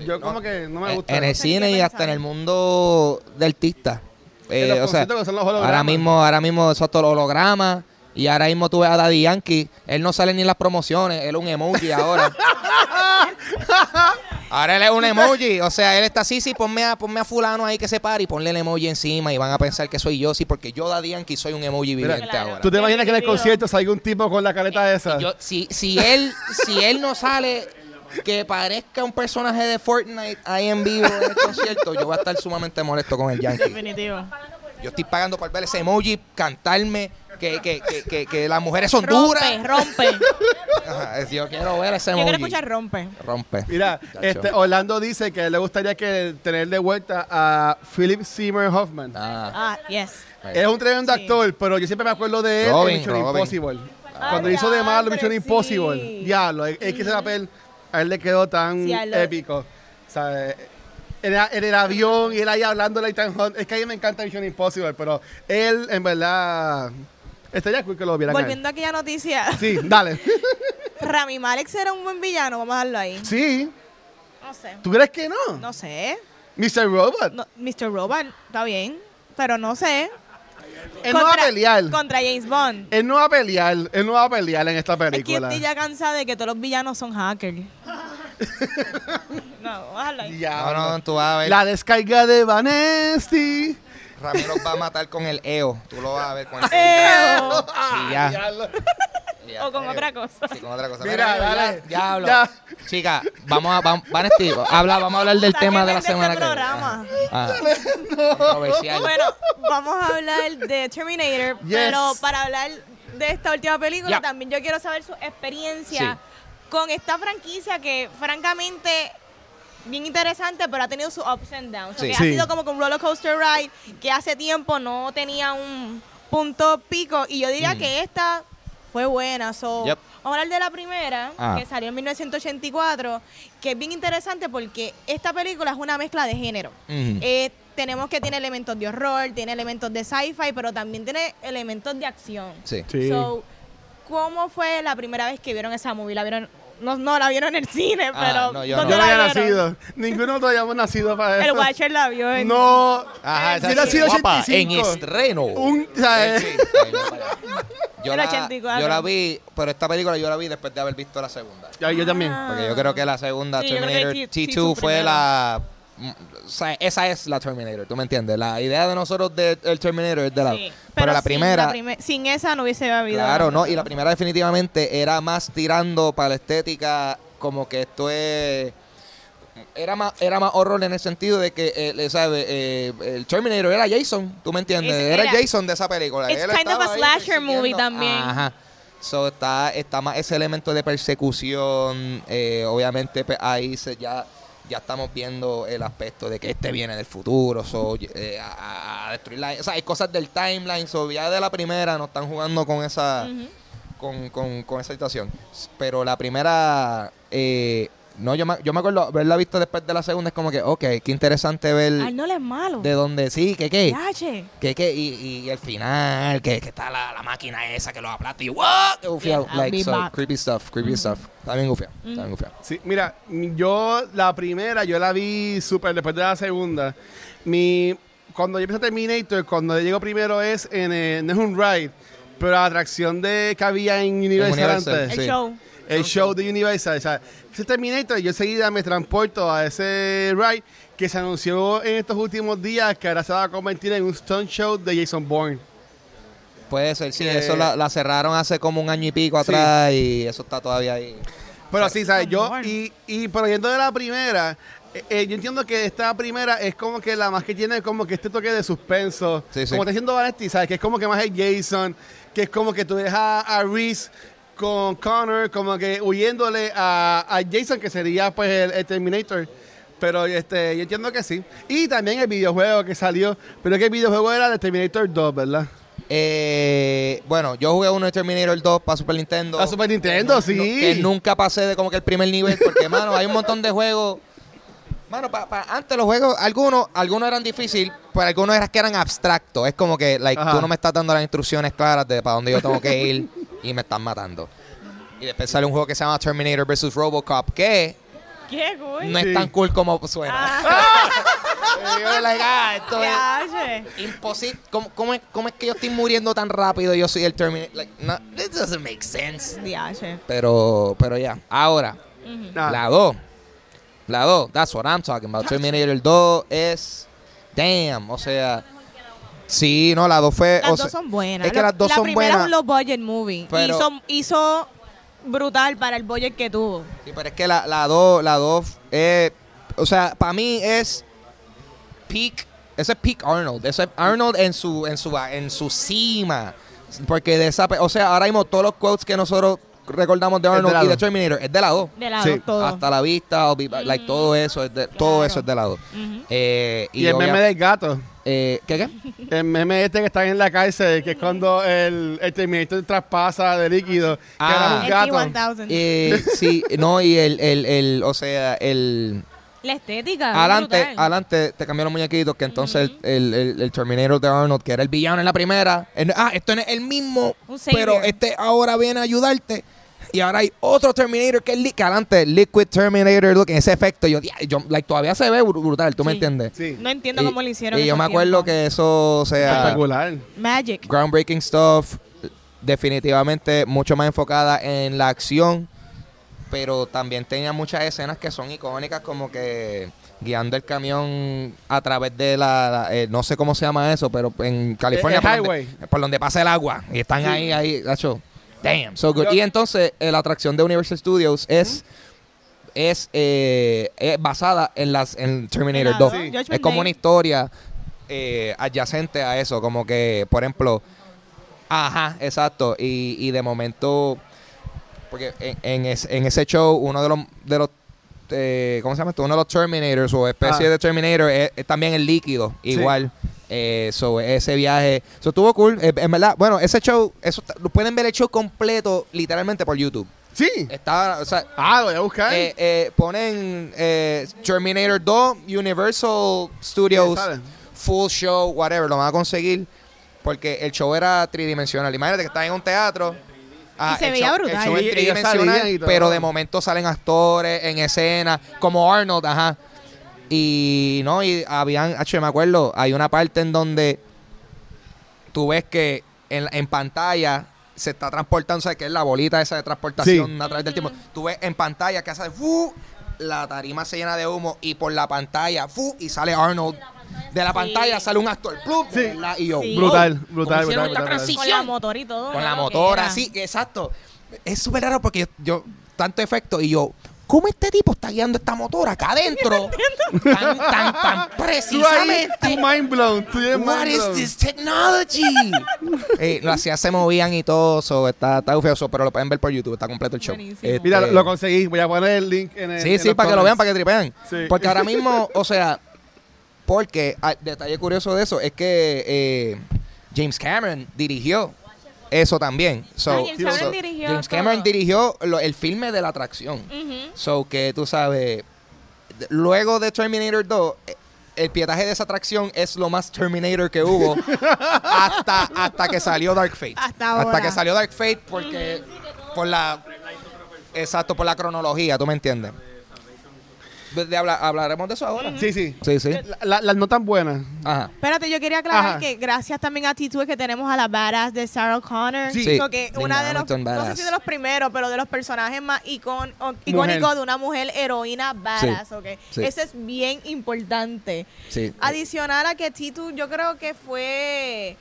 Yo como que no me En- gusta. En el sé ni qué cine y pensar. hasta en el mundo de artistas. Eh, los o sea, conciertos que son los hologramas. ahora mismo, ahora mismo esos todos los hologramas. Y ahora mismo tú ves a Daddy Yankee. Él no sale ni en las promociones. Él es un emoji ahora. (laughs) ahora él es un emoji. O sea, él está así, sí, ponme a, ponme a fulano ahí que se pare y ponle el emoji encima y van a pensar que soy yo, sí, porque yo Daddy Yankee soy un emoji Mira, viviente Claro. ahora. ¿Tú te imaginas que en el Querido. concierto salga un tipo con la careta Eh, esa? Yo- si, si él, si él no sale que parezca un personaje de Fortnite ahí en vivo en el concierto, yo voy a estar sumamente molesto con el Yankee. Definitivo. Yo estoy pagando por ver ese emoji, cantarme, que, que, que, que, que las mujeres son duras. Rompe, (laughs) rompe. Ajá, es- yo quiero ver ese Yo emoji. quiero escuchar rompe. Rompe. Mira, Chacho. este, Orlando dice que le gustaría que tener de vuelta a Philip Seymour Hoffman. Ah, Ah, yes. Es un tremendo Sí. actor, pero yo siempre me acuerdo de él Robin, en Mission Robin. Impossible. Ah. Cuando hizo de malo Diantre, Mission Impossible. sí. Diablo, es, es que ese papel a él le quedó tan Sí, a lo- épico. O sea, eh, era- en el avión y él ahí hablando de Ethan Hunt. Es que a mí me encanta Mission Impossible, pero él, en verdad, estaría cool que lo vieran a él. Volviendo a aquella noticia, Sí, dale. Rami Malek será un buen villano, vamos a dejarlo ahí. sí, No sé. ¿tú crees que no? No sé. Mr. Robot. No, Mr. Robot está bien, pero no sé. Él no va a pelear. Contra James Bond. Él no va a pelear, él no va a pelear en esta Es que película. estoy ya cansada de que todos los villanos (laughs) son hackers. no, vamos a dejarlo ahí. Diablo. no, eh. no, tú vas a ver. La descarga de Vanesti. Ramiro va a matar con el EO. Tú lo vas a ver con el Eo. Y ya. Eh, Diablo. Y ya. Eh, O con otra cosa. Sí, con otra cosa. Mira, ya- dale. Ya hablo. Ya. Chica, vamos a. Vamos, Vanesti, habla, vamos a hablar del Sáquenme tema de la de este semana que viene. programa. (laughs) Ajá. Controversial. Bueno, (laughs) vamos a hablar de Terminator, Yes. pero para hablar de esta última película Yeah. también yo quiero saber su experiencia Sí. con esta franquicia que francamente bien interesante, pero ha tenido sus ups and downs. Sí. ok, Sí. Ha sido como que un roller coaster ride que hace tiempo no tenía un punto pico y yo diría Mm. que esta fue buena. So, Yep. Vamos a hablar de la primera, Ah. que salió en 1984, que es bien interesante porque esta película es una mezcla de género. Ujú. Eh, tenemos que tiene elementos de horror, tiene elementos de sci-fi, pero también tiene elementos de acción. Sí. Sí. So, ¿cómo fue la primera vez que vieron esa movie? ¿La vieron? No, no la vieron en el cine, Ah, pero no, yo yo ¿dónde no la había vieron? nacido. Ninguno todavía hemos nacido para El eso. Watcher la vio en No. Eh, Ajá, esa Hubiera sí, sido guapa, 85. en estreno. Un, o sea, Sí, eh, ahí me parece. yo, El la, 84. yo la vi, pero esta película yo la vi después de haber visto la segunda. ya, yo también. Ah. Porque yo creo que la segunda Sí, yo creo que Terminator T- T2 T2 fue la... mm, o sea, esa es la Terminator, ¿tú me entiendes? La idea de nosotros del Terminator es de la... Sí, pero, la sin primera... prime- sin esa no hubiese habido. Claro, no, y la primera definitivamente era más tirando para la estética, como que esto es... Era más, era más horror en el sentido de que, eh, le- sabe, eh, el Terminator era Jason, ¿tú me entiendes? Es- era, era- Jason de esa película. It's Él kind of estaba a ahí slasher movie persiguiendo- también. Ajá. So, está, está más ese elemento de persecución, eh, obviamente pues, ahí se, ya, ya estamos viendo el aspecto de que este viene del futuro, so, eh, a, a- a destruir la... O sea, hay cosas del timeline, so, ya de la primera no están jugando con esa Ujú. con, con, con esa situación. S- Pero la primera, eh, no, yo me, yo me acuerdo haberla visto después de la segunda, es como que, ok, qué interesante ver Arnold es malo. de dónde, sí, que qué, Yache. que qué, y, y el final, que, que está la, la máquina esa que lo aplasta y what, Qué gufiado, Yeah, I'll like, be so, back. creepy stuff, creepy stuff, está bien gufiado, está bien gufiado. Sí, mira, yo la primera, yo la vi súper después de la segunda. Mi, cuando yo empecé Terminator, cuando yo llego primero es en, eh, no es un ride, pero la atracción de que había en Universal, Universal, antes. El Sí. show. El show de Universal. O sea, ese Terminator, yo enseguida me transporto a ese ride que se anunció en estos últimos días que ahora se va a convertir en un stunt show de Jason Bourne. Puede ser, sí, Que- eso la, la cerraron hace como un año y pico atrás y eso está todavía ahí. Pero sí, ¿sabes? Yo, Bourne. y, y pero yendo de la primera, eh, eh, yo entiendo que esta primera es como que la más que tiene como que este toque de suspenso. Sí, sí. Como está diciendo Vanetti, ¿sabes? Que es como que más es Jason, que es como que tú dejas a, a Reese con Connor, como que huyéndole a, a Jason, que sería pues el, el Terminator. Pero este, yo entiendo que sí. Y también el videojuego que salió, pero que el videojuego era de Terminator 2, ¿verdad? Eh, bueno, yo jugué uno de Terminator 2 para Super Nintendo. Para Super Nintendo, Que sí. que nunca pasé de como que el primer nivel, (laughs) porque, mano, hay un montón de juegos. Mano, pa- pa- antes los juegos, algunos, algunos eran difíciles, pero algunos eran que eran abstractos. Es como que, like, Ajá. tú no me estás dando las instrucciones claras de para dónde yo tengo que ir y me estás matando. Y después sale un juego que se llama Terminator vs. Robocop, que ¿Qué, güey? no Sí. es tan cool como suena. Ah, Y yo, like, ah, esto es- ya, che. Imposible. ¿Cómo, cómo, es, cómo es que yo estoy muriendo tan rápido? y Yo soy el Terminator. Like, no, this doesn't make sense. Ya, che. Pero, pero ya. Ahora, Ujú. Ah, la 2. La 2. That's what I'm talking about. Terminator 2 es. Damn. O sea. Sí, no, la 2 fue. Las o dos sea, son buenas. es que Lo- las dos la son primera buenas. es un low budget movie. Pero- hizo, hizo brutal para el budget que tuvo. Sí, pero es que la, la 2, la 2, eh, o sea, para mí es peak, ese es peak Arnold, ese es Arnold en su, en su, en su cima, porque de esa, pe- o sea, ahora mismo todos los quotes que nosotros recordamos de Es de Arnold la y de dos. Terminator es de la 2. De la Sí, dos, todo. Hasta la vista, I'll be back, like todo eso, es de, todo Claro. eso es de la 2. Ujú. Eh, y, el obvia- meme del gato. eh, ¿Qué qué? El meme este que está en la cárcel, que es cuando el, el Terminator traspasa de líquido. Ah. que El era un gato. T-1000. Eh, sí, no, y el, el, el, o sea, el, la estética. es Adelante, brutal. adelante, te cambiaron los muñequitos, que entonces el, el- el- el Terminator de Arnold, que era el villano en la primera, el- ah, esto no es el mismo, Un savior. pero este ahora viene a ayudarte. Y ahora hay otro Terminator que es li- que adelante, Liquid Terminator, look, ese efecto, yo, yo, like, todavía se ve br- brutal, ¿tú me Sí. entiendes? Sí. No entiendo Y- cómo lo hicieron. Y yo esos me acuerdo tiempos. que eso, o sea, Espectacular. Magic. groundbreaking stuff, definitivamente mucho más enfocada en la acción, pero también tenía muchas escenas que son icónicas, como que guiando el camión a través de la, la- eh, no sé cómo se llama eso, pero en California, el por, Donde, Eh, highway. por donde pasa el agua, y están Sí. ahí, ahí, gacho. Damn, so good. Yo- y entonces, eh, la atracción de Universal Studios es... Es, eh, es basada en las en Terminator 2. La dos, Sí. Judgment Es como Day. una historia eh, adyacente a eso, como que, por ejemplo, ajá, exacto, y, y de momento, porque en, en es- en ese show, uno de los, de los eh, ¿cómo se llama esto? Uno de los Terminators o especie Ah. de Terminator es, es también el líquido, igual. Eh, so, ese viaje, eso estuvo cool, Eh, en verdad, bueno, ese show, eso está- pueden ver el show completo literalmente por YouTube. Sí. Está, o sea, Ah, lo voy a buscar. eh, eh, ponen eh, Terminator 2, Universal Studios, Sí, sale. Full Show, whatever, lo van a conseguir. Porque el show era tridimensional. Imagínate que estás en un teatro. ah, se el veía show- brutal. El show es Y- y ellos salían y tridimensional, todo. pero de momento salen actores en escena, como Arnold, ajá. Y no, y habían, hecho, me acuerdo, hay una parte en donde tú ves que en, en pantalla se está transportando, ¿sabes? Que es la bolita esa de transportación Sí. a través del tiempo. Tú ves en pantalla que hace ¡fu! la tarima se llena de humo y por la pantalla ¡fu! y sale Arnold. De la pantalla sale un actor. ¡plup! Sí. ¿verdad? Y yo, Sí. Brutal, ¿cómo brutal, hicieron brutal, brutal. esta Con la transición? motora y todo. Con la ¿no? Que motora, era. sí, exacto. Es súper raro porque yo, yo- tanto efecto y yo, ¿cómo este tipo está guiando esta motora acá (laughs) adentro? tan, tan, tan Tú ahí, precisamente. tú mind blown. Tú eres What mind is blown. this (laughs) technology? Eh, no, así se movían y todo, so, está, está bufioso, pero lo pueden ver por YouTube, está completo el show. Buenísimo. Este, Mira, lo, lo conseguí. Voy a poner el link en el. Sí, en sí, los para que lo vean, comments. para que tripean. Sí. (laughs) Porque ahora mismo, o sea, porque ah, detalle curioso de eso es que eh, James Cameron dirigió eso también. So, Ah, James Cameron so, dirigió James todo. Cameron dirigió lo- el filme de la atracción. Ujú. So que tú sabes, de- luego de Terminator 2, eh, el pietaje de esa atracción es lo más Terminator que (laughs) hubo hasta, hasta que salió Dark Fate. Hasta ahora. que salió Dark Fate porque por la exacto, por la cronología, tú me entiendes. De- de habla- hablaremos de eso ahora. Sí, sí. Sí, sí. La- la- las no tan buenas. Ajá. Espérate, yo quería aclarar Ajá. que gracias también a actitudes que tenemos a las badass de Sarah Connor. Sí. Dijo que Sí. una de Linda los, Hamilton, no sé badass. si de los primeros, pero de los personajes más icon- o- icónicos de una mujer heroína badass, ¿ok? Sí. Eso es bien importante. Sí. Adicional a que Titu, yo creo que fue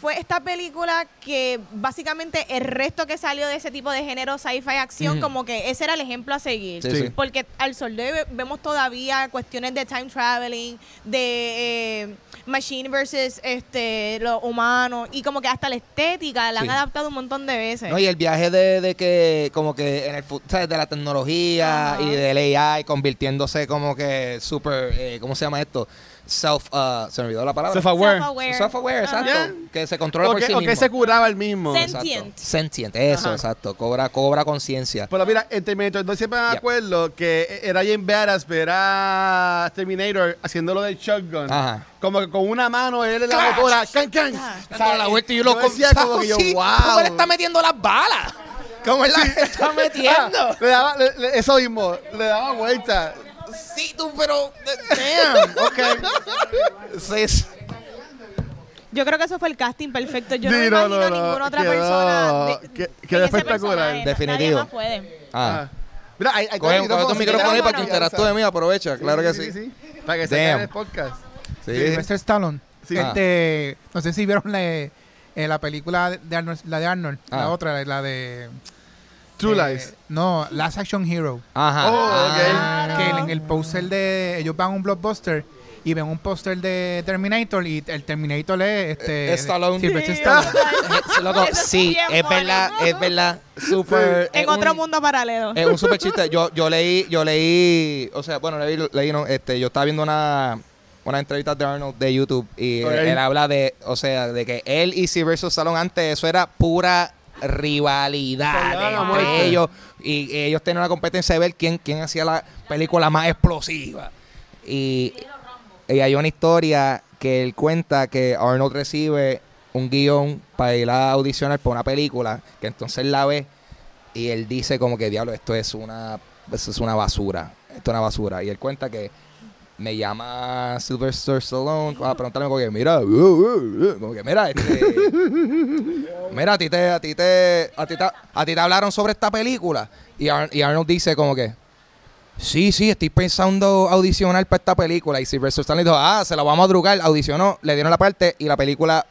fue esta película que básicamente el resto que salió de ese tipo de género sci-fi acción, Ujú. como que ese era el ejemplo a seguir. Sí, sí. Porque al sol de hoy ve- vemos todavía cuestiones de time traveling, de eh, machine versus este lo humano, y como que hasta la estética la Sí. han adaptado un montón de veces. No, y el viaje de, de que, como que en el fu- ¿sabes? de la tecnología Ajá. y del AI convirtiéndose como que súper, eh, ¿cómo se llama esto? self, ah, se me olvidó la palabra. Self-aware. Self-aware. Self-aware, exacto. Yeah. Que se controla O por que, sí o mismo. que se curaba el mismo. Sen- Exacto. Sentient. Sentient, eso, Ajá. exacto. Cobra, cobra conciencia. Pero mira, en Terminator no siempre me Yeah. acuerdo que era Jane Badass, pero era Terminator haciendo lo del shotgun. Ajá. Como que con una mano él en la motora. ¡Can, can! O sea, Dándole la vuelta y yo lo decía como que yo, (laughs) sí, wow. ¿Cómo le está metiendo las balas? ¿Cómo él las está metiendo? Ah, (laughs) le daba, le- le- eso mismo, le daba vuelta. sí, tú, pero. eh, (laughs) Damn, Ah. ok. Sí, sí. Yo creo que eso fue el casting perfecto. Yo no Sí, me no, no, imagino no, ninguna otra quedó- persona. de- que- en quedó ese espectacular. personaje. Nadie Definitivo. más puede. Ah. Ah. Mira, ahí, ahí Coge, coge tu micrófono, micrófono ahí para que micrófono. interactúe, mira, aprovecha, claro que sí. Sí, Para que se Damn. vea en el podcast. sí. Sylvester Stallone. Sí. Ah. Este, no sé si vieron la, eh, la película de Arnold, la de Arnold, Ah. la otra, la de True eh, Lies. No, Last Action Hero. Ajá. Oh, Ah. Que en el póster de ellos van a un blockbuster y ven un póster de Terminator y el Terminator es este Eh, Stallone. Sí, Sylvester (laughs) Stallone. Eh, Loco, Eso es sí, bien es verdad, bueno. es verdad. Super. En es otro un- Eh, mundo paralelo. Es un super chiste. Yo, yo leí, yo leí, o sea, bueno, leí, leí, no, este, yo estaba viendo una, una entrevista de Arnold de YouTube y Ok. él, él habla de, o sea, de que él y Sylvester Stallone antes eso era pura Soldado rivalidad a la entre muerte. ellos y ellos tenían una competencia de ver quién, quién hacía la película más explosiva. Y, y hay una historia que él cuenta que Arnold recibe un guión para ir a audicionar por una película, que entonces la ve y él dice como que, diablo, esto es una, esto es una basura, esto es una basura. Y él cuenta que me llama Sylvester Stallone para preguntarme como que, mira, uh, uh, uh", como que, mira, este... Mira, a ti te, a ti te, a ti te, a ti te hablaron sobre esta película. Y, Ar- y Arnold dice como que, sí, sí, estoy pensando audicionar para esta película. Y Sylvester Stallone dijo, ah, se la vamos a drugar. Audicionó, le dieron la parte y la película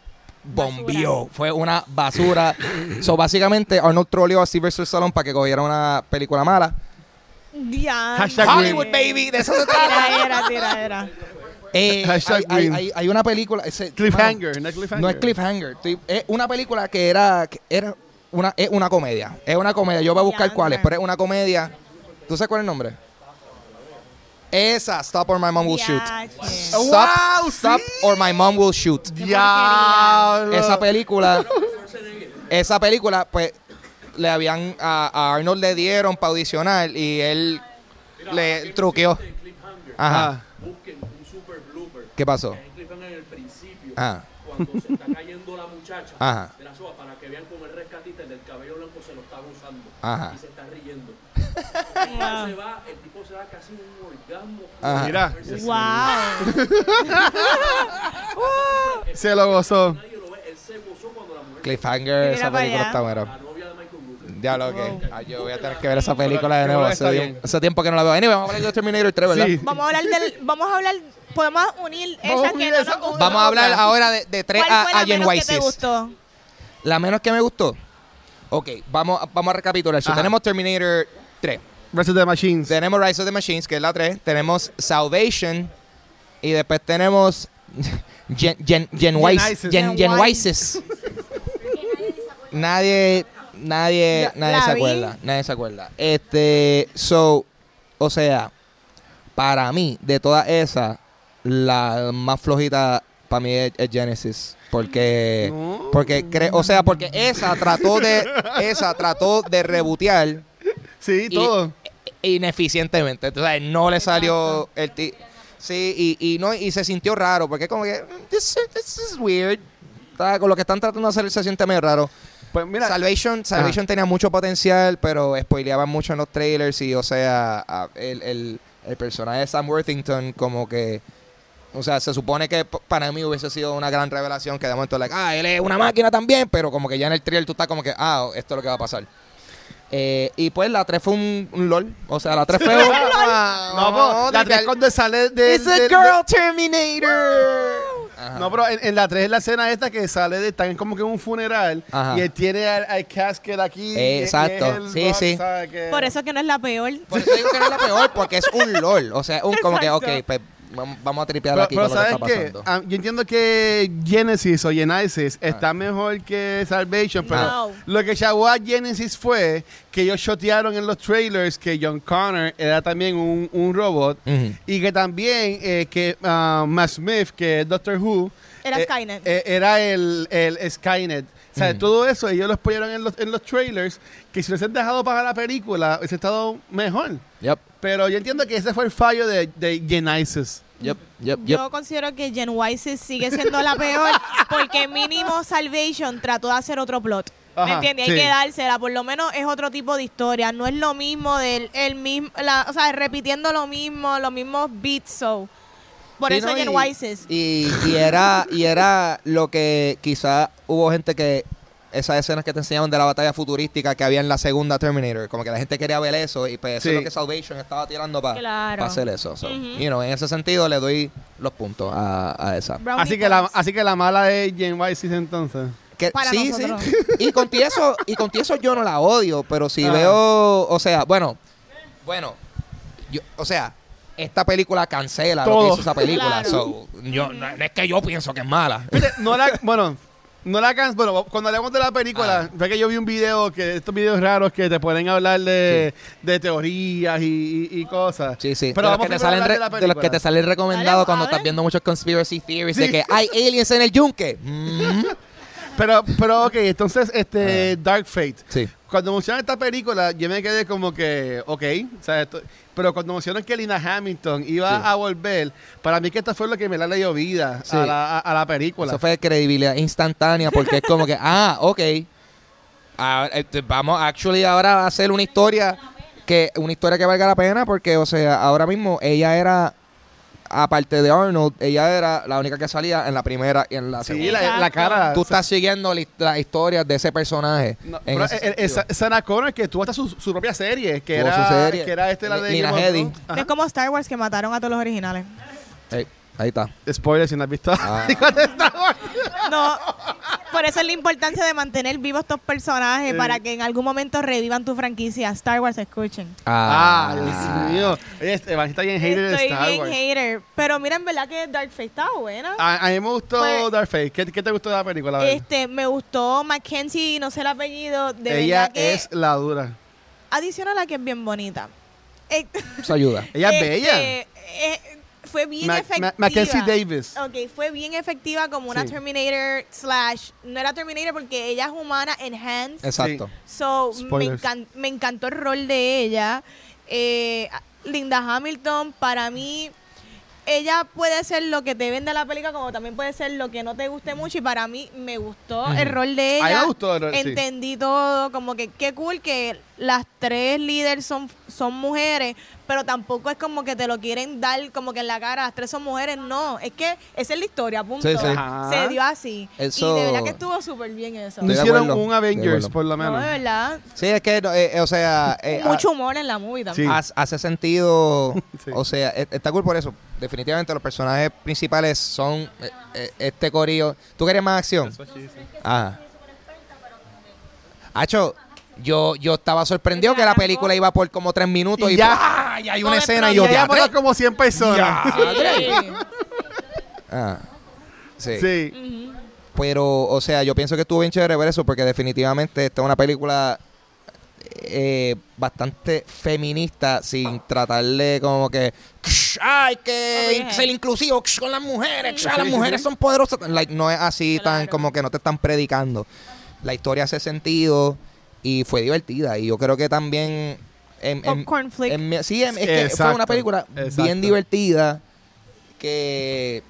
bombió. Fue una basura. so, básicamente, Arnold troleó a Sylvester Stallone para que cogiera una película mala. Diantre. Hashtag Hollywood, baby, de eso se trata. Tira, era, tira, era. Eh, Hashtag hay, hay- green. hay- hay una película... ese- Cliffhanger, no es cliffhanger. No es cliffhanger. estoy- es una película que era, que era una, es una comedia. Es una comedia. Yo voy a buscar Diantre. cuál es, pero es una comedia. ¿Tú sabes cuál es el nombre? Esa, Stop or My Mom Will Shoot. Diache. Stop, Wow, Stop or My Mom Will Shoot. Diablo. Esa (laughs) película, esa película, pues, le habían, a, a Arnold le dieron para audicionar y él le truqueó. Ah. Ajá. busquen un super blooper ¿Qué pasó? que clipan en el principio Ajá. cuando se está cayendo la muchacha Ajá. de la soga para que vean cómo el rescatista el del cabello blanco se lo está usando Ajá. y se está riendo. El tipo se va, el tipo se va casi en un orgasmo. Ajá. Mira, Wow. se lo gozó. Nadie lo ve, él se gozó cuando la mujer Cliffhanger, Mira esa para película allá. está buena. la novia de Michael Bublé. Diablo, ok. Ah, yo voy a tener que ver esa película de Pero nuevo. ahora Hace, está tiemp- bien. hace tiempo que no la veo. Anyway, vamos a hablar de Terminator 3, ¿verdad? Sí. Vamos a hablar del. Vamos a hablar. Podemos unir Vamos a esa que unir no esa- nos gustó. Vamos a hablar ahora de, de 3 ¿Cuál a, fue la a Gen menos que te Ys. gustó? La menos que me gustó. Ok, vamos, a- vamos a recapitular. So, Ajá. tenemos Terminator 3. Versus the Machines. Tenemos Rise of the Machines, que es la 3. Tenemos Salvation. Y después tenemos (laughs) Gen, Gen, Gen, Ys. Isis. Gen, Gen Gen (laughs) Ysis. nadie, nadie, La- nadie la se vi. acuerda. Nadie se acuerda. Este, so, o sea, para mí, de todas esas, la más flojita para mí es, es Genesis. Porque, No. porque cre- o sea, porque esa trató de, esa trató de rebotear Sí, todo. eh, ineficientemente. Entonces, no le salió el ti Sí, y, y no, y se sintió raro, porque como que, "Mm, this, is- this is weird. Está- con lo que están tratando de hacer se siente medio raro. Pues mira, Salvation, Salvation tenía mucho potencial, pero spoileaban mucho en los trailers y, o sea, a- el, el- el personaje de Sam Worthington como que... O sea, se supone que p- para mí hubiese sido una gran revelación que de momento, like, ah, él es una máquina también, pero como que ya en el trailer tú estás como que, ah, esto es lo que va a pasar. Eh, y pues la 3 fue un, un LOL. O sea, la 3 (laughs) fue un... no, po, la 3 cuando sale de. It's a de- girl Terminator. de- Ajá. no, pero en, en la 3 es la escena esta que sale de. Están como que en un funeral. Ajá. Y él tiene al, al casket aquí. Eh, y- y exacto. es el Sí, rock, sí. ¿sabes? Que- Por eso que no es la peor. Pues, (laughs) Por eso digo que no es la peor, porque es un LOL. O sea, un como que, Exacto. ok, pues vam- vamos a tripear Pero, aquí pero con lo que ¿sabes está qué? pasando. Ah. Ah, yo entiendo que Genesis o Genesis está mejor que Salvation, pero No. lo que chavó a Genesis fue que ellos shotearon en los trailers que John Connor era también un, un robot Ujú. y que también eh, que ah, Matt Smith, que es Doctor Who, Era eh, Skynet. eh, era el, el Skynet. O sea, Ujú. todo eso ellos los pusieron en los, en los trailers que si los han dejado para la película hubiese estado mejor. Yep, Pero yo entiendo que ese fue el fallo de, de Genesis. yep, yep, yep. Yo considero que Gen Wises sigue siendo la peor porque mínimo Salvation trató de hacer otro plot. ¿Me Ajá, entiendes? sí. Hay que dársela, por lo menos es otro tipo de historia, no es lo mismo del el mismo, la- o sea, repitiendo lo mismo, los mismos beats, so. Por Sí, eso ¿no? Gen Y- Wises. Y, y era, y era lo que quizá hubo gente que. Esas escenas que te enseñaban de la batalla futurística que había en la segunda Terminator. Como que la gente quería ver eso. Y pues eso Sí. es lo que Salvation estaba tirando para Claro. hacer eso. So, Ujú. you know, en ese sentido le doy los puntos a, a esa. Brownie Así que, la, points. así que la mala es Jane Wysis entonces. Que- Para sí, nosotros. sí. (laughs) Y contieso, y contieso yo no la odio, pero si Ah. veo, o sea, bueno, bueno, yo, o sea, esta película cancela lo Todo. que hizo esa película. Claro. so, yo, no, no es que yo pienso que es mala. Fíjate, no la, bueno, no la can, bueno, cuando hablamos de la Ah. película, fue que yo vi un video, que estos videos raros que te pueden hablar de, de teorías y, y- y cosas. Sí, sí. Pero de, los vamos que primero te a salen hablar re- de la de los que te película. salen recomendados Dale, cuando a estás ver. viendo muchos conspiracy theories de Sí. que hay aliens en el (laughs) yunque. Mm. Pero, pero ok, entonces, este, Dark Fate. Ah. Sí. Cuando mencionan esta película, yo me quedé como que, ok, o sea, esto- pero cuando mencionan que Lina Hamilton iba Sí. a volver, para mí que esta fue lo que me la dio vida Sí. a, la, a- a la película. Eso fue credibilidad instantánea porque es como (laughs) que, ah, ok. Ah, este, vamos actually ahora a hacer una historia que una historia que valga la pena porque o sea ahora mismo ella era aparte de Arnold ella era la única que salía en la primera y en la sí, segunda la, la cara. tú estás siguiendo la, his- la historia de ese personaje No, en pero ese eh, eh, sentido. esa- Sarah Connor que tuvo hasta su, su propia serie, que Tuvo era, su serie. que era este la de Lina Game of Headey. Thrones. No es como Star Wars que mataron a todos los originales. Ey, ahí está Spoiler si no has visto. (laughs) Ah. No, por eso es la importancia de mantener vivos estos personajes Sí. para que en algún momento revivan tu franquicia. Star Wars, escuchen. Ah, Dios mío. Oye, este, Evangelista bien hater Ah, de Estoy Star bien Wars. hater. Pero mira, en verdad que Dark Fate estaba buena. A, a mí me gustó Pues- Dark Fate. ¿Qué, qué te gustó de la película? A ver. Este, me gustó Mackenzie, no sé el apellido. De Ella verdad que es la dura. adicional a que es bien bonita. Eh, eso ayuda Ella es este, bella. eh, fue bien Ma- Ma- efectiva. Mackenzie Davis. Ok, fue bien efectiva como una Sí. Terminator slash. No era Terminator porque ella es humana enhanced. exacto So, me, Spoilers. encan- me encantó el rol de ella. Eh, Linda Hamilton, para mí, ella puede ser lo que te vende la película, como también puede ser lo que no te guste mucho. Y para mí, me gustó el Ujú. rol de A mí ella. me gustó el rol, sí. Entendí todo. Como que qué cool que las tres líderes son, son mujeres, pero tampoco es como que te lo quieren dar como que en la cara. Las tres son mujeres, no. Es que esa es la historia, punto. Sí, sí. Ajá. Se dio así. Eso- Y de verdad que estuvo súper bien eso. No de hicieron acuerdo, un de Avengers, acuerdo. por lo No, menos. de verdad. sí es que no, eh, eh, o sea eh, ah, mucho humor en la movie también. Sí. Haz- hace sentido. (laughs) Sí. O sea, e- está cool por eso. Definitivamente los personajes principales son eh, eh, este corillo. ¿Tú quieres más acción? Ajá. Hacho, yo, yo estaba sorprendido que la película iba por como tres minutos y, Y ya. ¡ah! y hay una No, escena y Y yo ella ya. mató como 100 personas. Ah, (laughs) sí. Sí. Ujú. Pero, o sea, yo pienso que estuvo bien chévere ver eso porque definitivamente esta es una película eh, bastante feminista sin tratarle como que "Ksh, ay que Ok. ser inclusivo ksh, con las mujeres ksh, ah, las mujeres son poderosas Like, no es así tan Claro. como que no te están predicando la historia hace sentido y fue divertida y yo creo que también en, en- Popcorn flick. en mi- sí en- es que fue Exacto, una película bien exacto. divertida que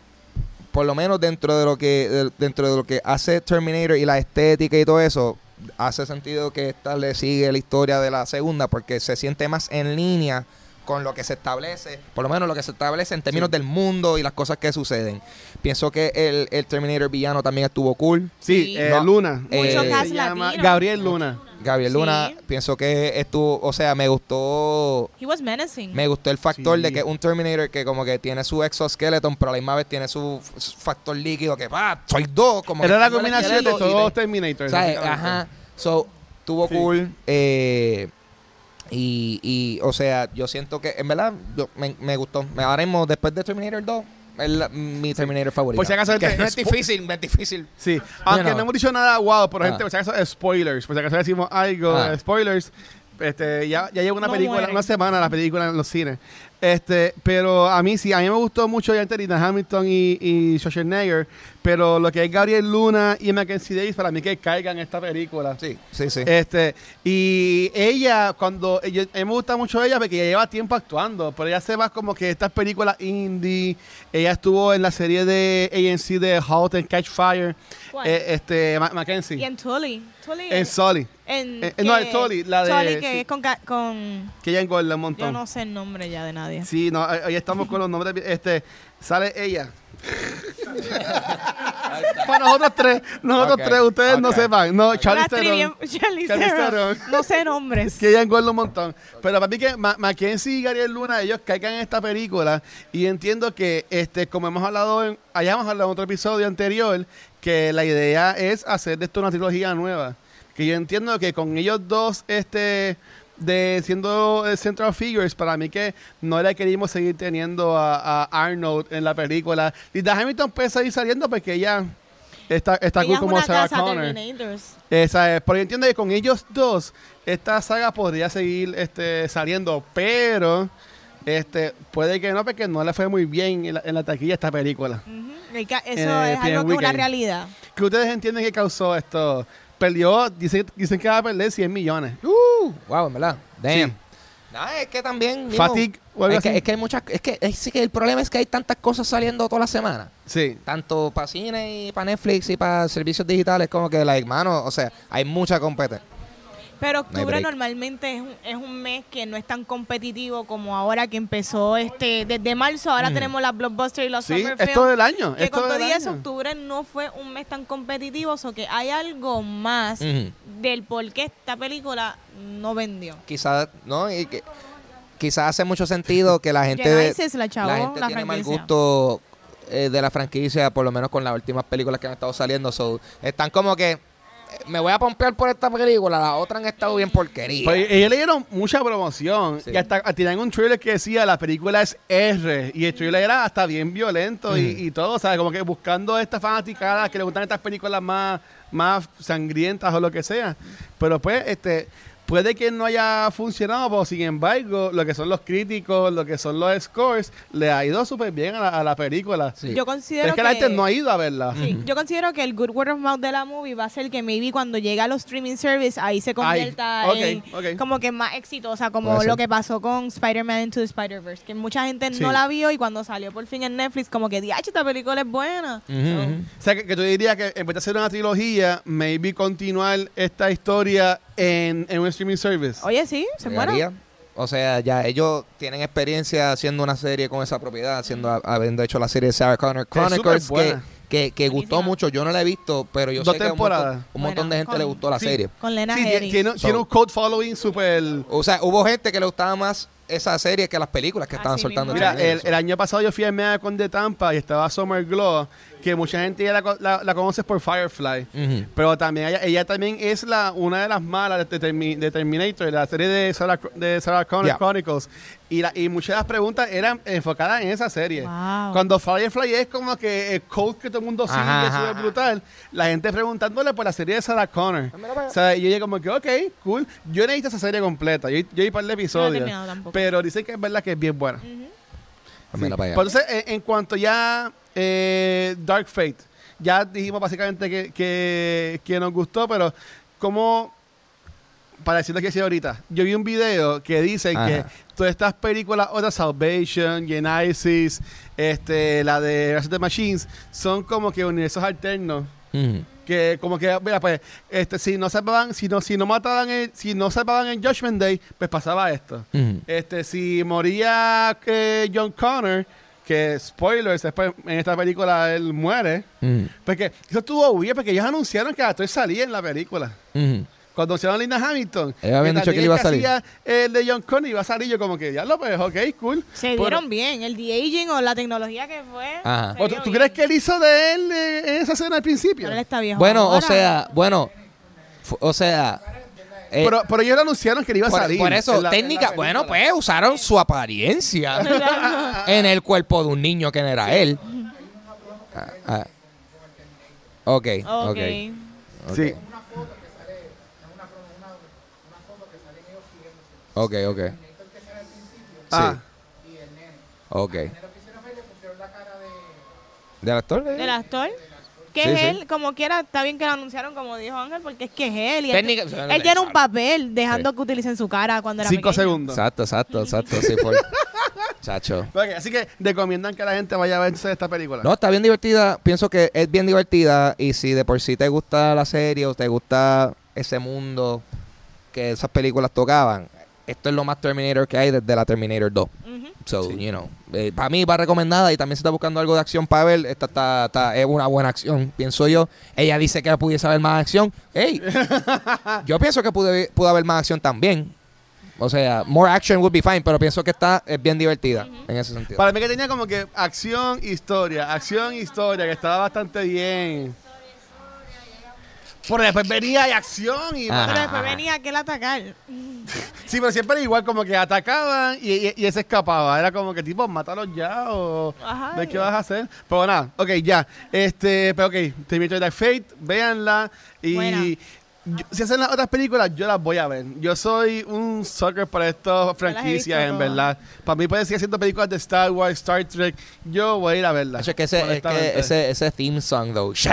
por lo menos dentro de lo que de- dentro de lo que hace Terminator y la estética y todo eso hace sentido que esta le sigue la historia de la segunda porque se siente más en línea con lo que se establece, por lo menos lo que se establece en términos del mundo y las cosas que suceden. Pienso que el, el Terminator villano también estuvo cool. Sí, Sí. eh, No. Luna. Eh, Mucho Se Mm, cast llama latino. Gabriel Luna. Gabriel Sí. Luna, pienso que estuvo, o sea, me gustó He was menacing. me gustó el factor Sí. de que un Terminator que como que tiene su exoskeleton, pero a la misma vez tiene su, su factor líquido que, pa, soy dos. Como Era que la tengo el combinación de esqueleto y todos los te- Terminators. ¿sabes? básicamente. Ajá. So, tuvo Sí. cool. eh, Y, y, o sea, yo siento que, en verdad, yo- me, me gustó. Me- Ahora mismo, después de Terminator 2, es la- mi Terminator favorito. Por si acaso, Que gente, no es spo- difícil, no es difícil. Sí, aunque Bueno. no hemos dicho nada wow, pero Ah. gente, por si acaso, spoilers. Por si acaso decimos algo, Ah. spoilers. Este, ya, ya lleva una No película, mueren. una semana la película en los cines. Este, pero a mí sí, a mí me gustó mucho ya Nina Hamilton y, y Schwarzenegger, pero lo que es Gabriel Luna y Mackenzie Davis, para mí que caigan en esta película. Sí, sí, sí. Este, y ella, cuando. yo- a mí me gusta mucho ella porque ella lleva tiempo actuando, pero ella hace más como que estas películas indie. Ella estuvo en la serie de ANC de Hot and Catch Fire. ¿Cuál? Eh, este, Ma- Y Mackenzie. en Tully. Tully En Sully. en- eh, no, en que- Tully, la de- Tully que sí. es con, ca- con- Que ella engorda un montón. Yo no sé el nombre ya de nadie. Sí, no, eh, hoy estamos con los nombres. bien- Este, sale (laughs) ella. Para nosotros tres, nosotros Ok, tres, ustedes no ok. sepan. No, Charlie Una trivia- Charlize Charlize Theron. Theron. No sé nombres. (laughs) que ella engorda un montón. Pero para mí que Ma- Mackenzie y Gabriel Luna, ellos caigan en esta película. Y entiendo que, este, como hemos hablado en, hayamos hablado en otro episodio anterior, que la idea es hacer de esto una trilogía nueva. Que yo entiendo que con ellos dos, este, de siendo eh, central figures, para mí que no le queríamos seguir teniendo a, a Arnold en la película. Linda Hamilton puede seguir saliendo porque ella está, está Ella cool es como una Sarah casa Connor. Terminators. Esa es, pero yo entiendo que con ellos dos esta saga podría seguir este, saliendo, pero este, puede que no, porque no le fue muy bien en la, en la taquilla esta película. Ujú. Y ca- Eso Eh, es Pierre algo que es una Wiggin. realidad. ¿Qué ustedes entienden que causó esto? Perdió, dicen, dicen que va a perder 100 millones. Uh, wow, en verdad. Damn. Sí. Nah, es que también. digo, Fatigue o algo es, que, así. es que hay muchas. Es que, es que el problema es que hay tantas cosas saliendo toda la semana. Sí. Tanto para cine y para Netflix y para servicios digitales, como que, like, mano, o sea, hay mucha competencia. Pero No octubre hay break. normalmente es un, es un mes que no es tan competitivo como ahora que empezó este desde marzo. Ahora tenemos las blockbusters y los Sí, summer esto films. del año. que Ah, esto con todo del y eso, año. octubre no fue un mes tan competitivo, o que hay algo más Ujú. del por qué esta película no vendió. Quizás, ¿no? Y que, quizás hace mucho sentido que (laughs) la gente. Jedi se la chavó, la gente la tiene mal franquicia. gusto eh, de la franquicia, por lo menos con las últimas películas que han estado saliendo. So, están como que. eh, Me voy a pompear por esta película, las otras han estado bien porquería. Pues ellos le dieron mucha promoción Sí. y hasta tenían un trailer que decía la película es R y el trailer era hasta bien violento Mm. y, y todo, ¿sabes? Como que buscando estas fanaticadas que le gustan estas películas más, más sangrientas o lo que sea. Pero pues, este, puede que no haya funcionado, pero sin embargo, lo que son los críticos, lo que son los scores, le ha ido súper bien a la, a la película. Sí. Yo Pero considero es que la gente no ha ido a verla. Sí, yo considero que el good word of mouth de la movie va a ser que maybe cuando llegue a los streaming service ahí se convierta ok, en ok. como que más exitosa, como Puede ser. lo que pasó con Spider-Man Into the Spider-Verse, que mucha gente Sí. no la vio y cuando salió por fin en Netflix como que, "Diache, esta película es buena." Ujú, So, ujú. O sea, que, que tú dirías que en vez de hacer una trilogía, maybe continuar esta historia en, en un streaming service. Oye, sí, se muere. Llegaría. O sea, ya ellos tienen experiencia haciendo una serie con esa propiedad, haciendo, Mm. habiendo hecho la serie de Sarah Connor Chronicles, que, superbuena. que, que gustó Buenísima. mucho. Yo no la he visto, pero yo Dos sé que un temporadas. montón- un montón, Bueno, de gente le con- gustó la Sí. serie. Con Lena Sí, Headey. tiene, tiene- So- tiene un code following súper... O sea, hubo gente que le gustaba más esa serie que las películas que estaban Así soltando. mismo. en Mira, Channel, el, so. el año pasado yo fui a Mega con de Tampa y estaba Summer Glow, que mucha gente ya la, co- la- la conoce por Firefly. Ujú. Pero también ella, ella también es la una de las malas de, Termi- de Terminator, la serie de Sarah, de Sarah Connor Yeah. Chronicles. Y, la- y muchas de las preguntas eran enfocadas en esa serie. Wow. Cuando Firefly es como que el code que todo el mundo sigue, Ajá, eso ajá, es brutal, la gente preguntándole por la serie de Sarah Connor. O sea, y yo llegué como que, ok, cool. Yo necesito esa serie completa. Yo, yo vi un par de episodios. terminado tampoco. pero dicen que es verdad que es bien buena. Ah, mira para allá. Pero entonces, eh, en, en cuanto ya eh, Dark Fate, ya dijimos básicamente que, que, que nos gustó, pero como para decir lo que decía ahorita, yo vi un video que dice Ajá. que todas estas películas, otras Salvation, Genesis, este, la de Resident Machines, son como que universos alternos Ujú. que como que mira pues este si no salvaban si no si no mataban el, si no salvaban en Judgment Day pues pasaba esto Ujú. este si moría eh, John Connor que spoilers después en esta película él muere Ujú. porque eso estuvo bien porque ellos anunciaron que la actor salía en la película Ujú. cuando anunciaron a Linda Hamilton Ellos habían que dicho que también iba a el salir. hacía eh, el de John Connor iba a salir yo como que ya lo pues ok cool Se Pero- dieron bien, el de aging o la tecnología que fue. Ajá. se ¿O ¿tú, dio tú bien. crees que él hizo de él eh, en esa escena al principio (laughs) Ahora él está viejo Bueno, o ahora. sea, bueno, fu- o sea, Eh, pero, pero ellos lo anunciaron que le iba a por, salir. por eso, en la- en la técnica. bueno, película. pues usaron su (laughs) apariencia en el cuerpo de un niño que no era él. Ah, ah. Ok, ok. (laughs) Ok. ok. Sí. Ok, ok. Ah. Ok. ¿Del actor? eh? ¿Del actor? Que Sí, es sí. él, como quiera, está bien que lo anunciaron como dijo Ángel, porque es que es él. Y Técnica- él, él llena un papel dejando que utilicen su cara cuando era Cinco pequeño. segundos. Exacto, exacto, exacto. Sí, (laughs) fue. Chacho. Ok, así que recomiendan que la gente vaya a verse esta película. No, está bien divertida. Pienso que es bien divertida. Y si de por sí te gusta la serie o te gusta ese mundo que esas películas tocaban, esto es lo más Terminator que hay desde la Terminator 2. Ujú. So, you know. para mí va recomendada y también se está buscando algo de acción para ver. Esta está, está- es una buena acción, pienso yo. Ella dice que pudiese haber más acción. ¡Ey! yo pienso que pude, pudo haber más acción también. O sea, more action would be fine, pero pienso que está es bien divertida en ese sentido. Para mí que tenía como que acción, historia, acción, historia, que estaba bastante bien. Por después venía y acción y... Ah. Pero después venía aquel a atacar. Sí, pero siempre era igual, como que atacaban y, y, y él se escapaba. Era como que tipo, mátalos ya o Ajá, ve qué ya. vas a hacer. Pero nada, ok, ya. Este, pero ok, Terminator Dark Fate, véanla. Y Buena. yo- si hacen las otras películas, yo las voy a ver. Yo soy un sucker para estas las he franquicias, visto en todas. verdad. Para mí puede seguir haciendo películas de Star Wars, Star Trek. Yo voy a ir a verlas. Hacho, es que ese, es que honestamente. ese, ese theme song, though. Sí.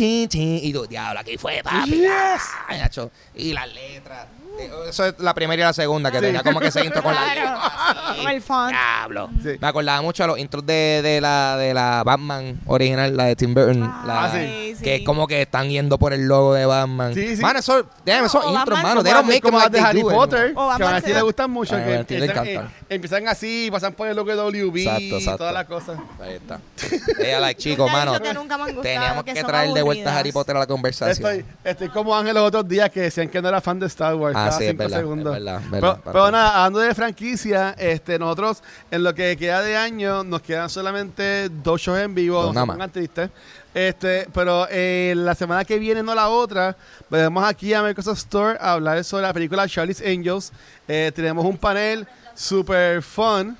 Y tú, diablo, aquí fue, papi. Ay, hacho. Y las letras. Eh, Eso es la primera y la segunda que Sí. tenía como que ese intro con la Claro. (laughs) Como el font. Diablo. Sí. Me acordaba mucho a los intros de, de la, de la Batman original, la de Tim Burton. la- Ah, sí. Que es sí. como que están yendo por el logo de Batman. Sí, sí. Mano, eso, damn, esos O intros, Oh, Batman, mano. They como las don't de- make them como las like de they Harry do Potter, anymore. O que a Batman ti se- le gustan mucho, Ah, que a ti le empiezan, encantan. eh, empiezan así, pasan por el logo de WB Exacto, y exacto. todas las cosas. Ahí está. (laughs) Ella, like, chico, Ya he mano. dicho que nunca me han gustado, Teníamos que que son traer de vuelta a aburridas. Harry Potter a la conversación. Estoy, estoy como Ángel los otros días que decían que no era fan de Star Wars. Ah, cada sí, es cinco verdad, segundos. es verdad, es Pero- verdad. pero, nada, hablando de franquicia, este, nosotros en lo que queda de año nos quedan solamente dos shows en vivo. Dos no se nada más. pongan tristes. Este, pero eh, la semana que viene, no la otra, veremos aquí a Microsoft Store a hablar sobre la película Charlie's Angels. Eh, tenemos un panel super fun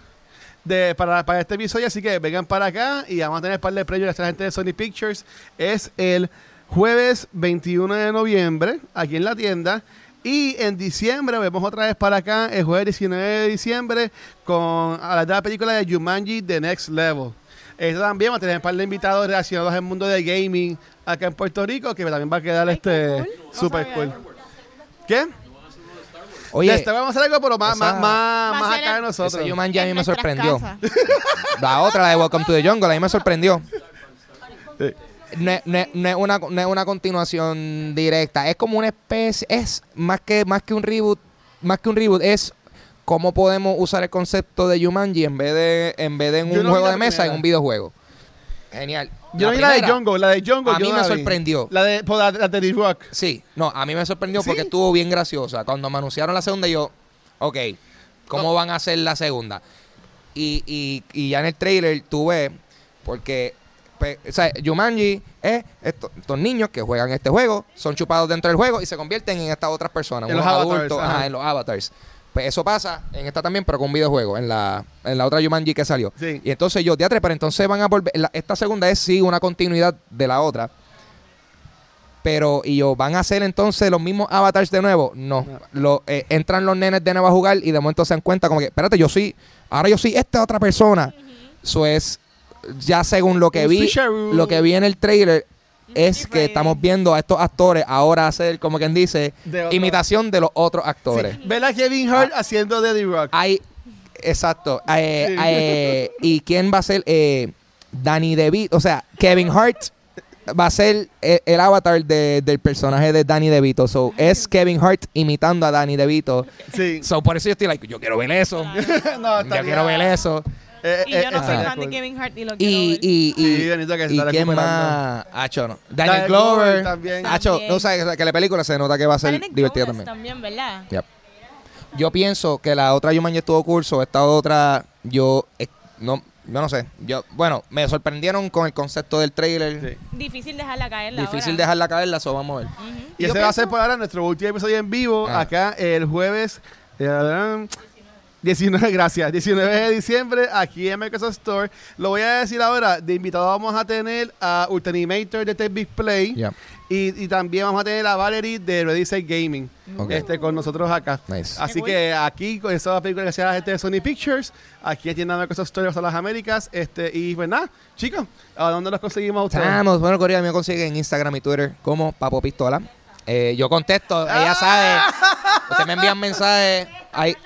de, para, para este episodio, así que vengan para acá y vamos a tener un par de premios de esta gente de Sony Pictures. Es el jueves 21 de noviembre, aquí en la tienda. Y en diciembre, vemos otra vez para acá, el jueves 19 de diciembre, con a la, de la película de Jumanji The Next Level. Esto también va a tener un par de invitados relacionados al mundo de gaming acá en Puerto Rico, que también va a quedar este No super cool. sabía. ¿Qué? Oye, Este, vamos a hacer algo, pero más, esa- más, más, a más ser acá de el- nosotros. esa Jumanji a mí En me nuestras sorprendió. casas. La otra, la de Welcome to the Jungle, a mí me sorprendió. Eh. No, es- no es- no es una, no es una continuación directa, es como una especie, es más que, más que un reboot, más que un reboot, es cómo podemos usar el concepto de Jumanji en vez de, en vez de en Yo un no vi juego la de mesa, en primera. un videojuego. Genial. Yo no vi la de primera, Django, la de Django. a yo mí no me la vi. sorprendió. La de, por la, la de D-Rock. Sí, no, a mí me sorprendió ¿Sí? porque estuvo bien graciosa. Cuando me anunciaron la segunda, yo, ok, ¿cómo van a hacer la segunda? Y, y, y ya en el trailer tú ves, porque, pe- o sea, Jumanji es esto- estos niños que juegan este juego, son chupados dentro del juego y se convierten en estas otras personas, En unos los avatars, adultos, ajá, ajá. en los avatars. Pues eso pasa en esta también, pero con un videojuego, en la, en la otra Jumanji que salió. Sí. Y entonces yo, teatro, pero entonces van a volver, la- esta segunda es sí una continuidad de la otra. Pero, y yo, ¿van a hacer entonces los mismos avatars de nuevo? No. Lo, eh, entran los nenes de nuevo a jugar y de momento se dan cuenta como que, espérate, yo soy, ahora yo soy esta otra persona. Eso es, ya según lo que Un vi, switcheroo. lo que vi en el trailer, es different. que estamos viendo a estos actores ahora hacer, como quien dice, De otro- imitación de los otros actores. Ve la Kevin Hart Ah. haciendo de D-Rock. Hay, exacto. Eh, Sí. eh, ¿Y quién va a ser? Eh, Danny DeVito. O sea, Kevin Hart va a ser el, el avatar de- del personaje de Danny DeVito. So, es Kevin Hart imitando a Danny DeVito. (laughs) Sí. So, por eso yo estoy like, yo quiero ver eso. (laughs) no, Yo quiero ver eso. Eh, (laughs) Y yo no soy Ajá. fan de Kevin Hart ni lo quiero Y, ver. y, y, Sí, Benito, que se y está quién recuperando. más? Acho, no. Daniel Daniel Glover Glover. también. Acho, También. no, o sea, que- que la película se nota que va a ser Salen en divertida Clones también. ¿verdad? Yep. Yo pienso que la otra Jumanji estuvo curso, esta otra yo eh, no Yo no sé. Yo, bueno, me sorprendieron con el concepto del trailer. Sí. Difícil dejarla caer la Difícil hora. dejarla caer, la so vamos a ver. Ujú. Y Yo ese va a pienso- ser para nuestro último episodio en vivo Ah. acá el jueves. eh, 19, gracias. 19 de diciembre aquí en Microsoft Store. Lo voy a decir ahora. De invitado vamos a tener a Ultranimator de Tech Big Play. Ya. Y, y también vamos a tener a Valerie de Ready Set Gaming Ok. este, con nosotros acá. Nice. Así que aquí, con esa película que hacía la gente de Sony Pictures, aquí en tienda Microsoft Store de las Américas. Este, y pues nada, chicos, ¿a dónde los conseguimos a ustedes? Estamos, bueno, Corea me consigue en Instagram y Twitter como Papo Pistola. Eh, yo contesto, ella sabe. Usted me envían mensajes. Hay,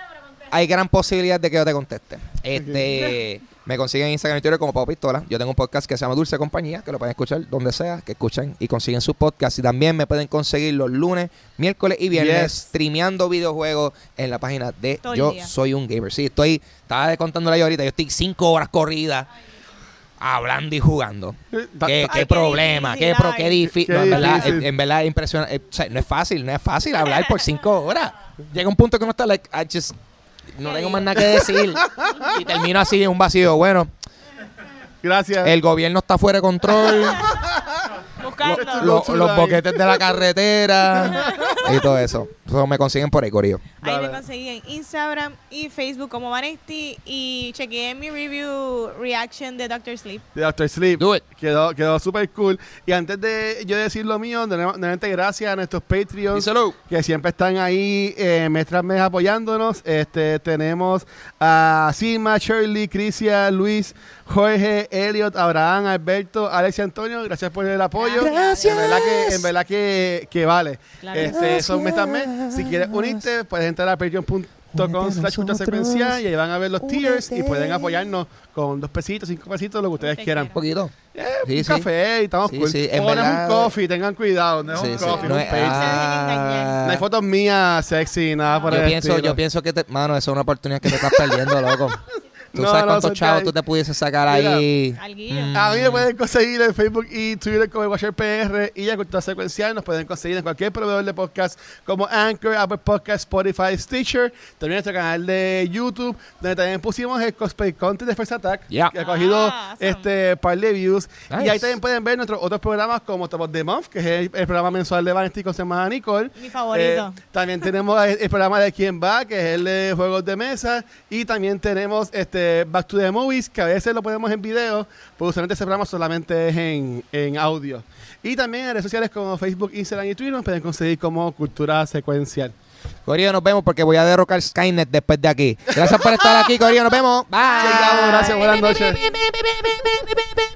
hay gran posibilidad de que yo te conteste. Este, me consiguen en Instagram y Twitter como Papo Pistola. Yo tengo un podcast que se llama Dulce Compañía, que lo pueden escuchar donde sea, que escuchen y consiguen sus podcasts. Y también me pueden conseguir los lunes, miércoles y viernes Yes. streameando videojuegos en la página de Todo el Yo día. Soy un Gamer. Sí, estoy, estaba contándole yo ahorita, yo estoy cinco horas corridas hablando y jugando. Ta- ¿Qué, ta- qué Ay, qué problema? difícil, ¿Qué, pro- ay. qué difícil? Qué No, en verdad, Eh, difícil. en, en verdad es impresionante. Eh, o sea, no es fácil, no es fácil hablar por cinco horas. Llega un punto que uno está like, I just, no tengo más nada que decir. Y termino así en un vacío. Bueno, Gracias. el gobierno está fuera (laughs) de control. Buscando. Esto lo- Chula los ahí. boquetes de la carretera. Y (laughs) todo eso. Eso me consiguen por ahí, Corillo. Ahí me Dale. conseguí en Instagram y Facebook como Vanesti y chequeé mi review reaction de Doctor Sleep. de After Sleep. Do it. Quedó, quedó súper cool. Y antes de yo decir lo mío, de nuevo- nuevamente gracias a nuestros Patreons Díselo. que siempre están ahí eh, mes tras mes apoyándonos. Este, tenemos a Sima, Shirley, Crisia, Luis, Jorge, Elliot, Abraham, Alberto, Alex y Antonio. Gracias por el apoyo. Gracias. En verdad que, en verdad que, que vale. Claro. Este, son mes tras mes. Si quieres unirte, puedes entrar a patreon.com slash cultura secuencial y ahí van a ver los tiers y pueden apoyarnos con dos pesitos, cinco pesitos, lo que ustedes Lo que quieran. Un poquito. Eh, Un Sí, sí. café y estamos Sí, cool. sí, en O no es verdad- un coffee, tengan cuidado, no es Sí, un sí, coffee, no es es- un page. ah. No hay fotos mías sexy, nada por Yo el pienso, estilo. yo pienso que, te, mano, esa es una oportunidad que te estás perdiendo, (laughs) loco. Tú No, sabes no, cuántos son chavos que- tú te pudieses sacar Mira. ahí. Alguillo. Mm. A mí me pueden conseguir en Facebook y Twitter como Watcher PR y a Cultura Secuencial. Nos pueden conseguir en cualquier proveedor de podcast como Anchor, Apple Podcast, Spotify, Stitcher. También nuestro canal de YouTube, donde también pusimos el cosplay content de First Attack, Yeah. que ha cogido Ah, awesome. este par de views. Y Nice. ahí también pueden ver nuestros otros programas como Top of the Month, que es el, el programa mensual de Vanity con Semana Nicole. Mi favorito. Eh, también tenemos el, el programa de Quién va, que es el de juegos de mesa. Y también tenemos este Back to the Movies, que a veces lo ponemos en video, porque usualmente ese programa solamente es en, en audio. Y también en redes sociales como Facebook, Instagram y Twitter nos pueden conseguir como Cultura Secuencial. Corillo, nos vemos porque voy a derrocar Skynet después de aquí. Gracias por estar aquí, Corillo. Nos vemos. Bye. Llegamos, gracias, buenas noches. Bye.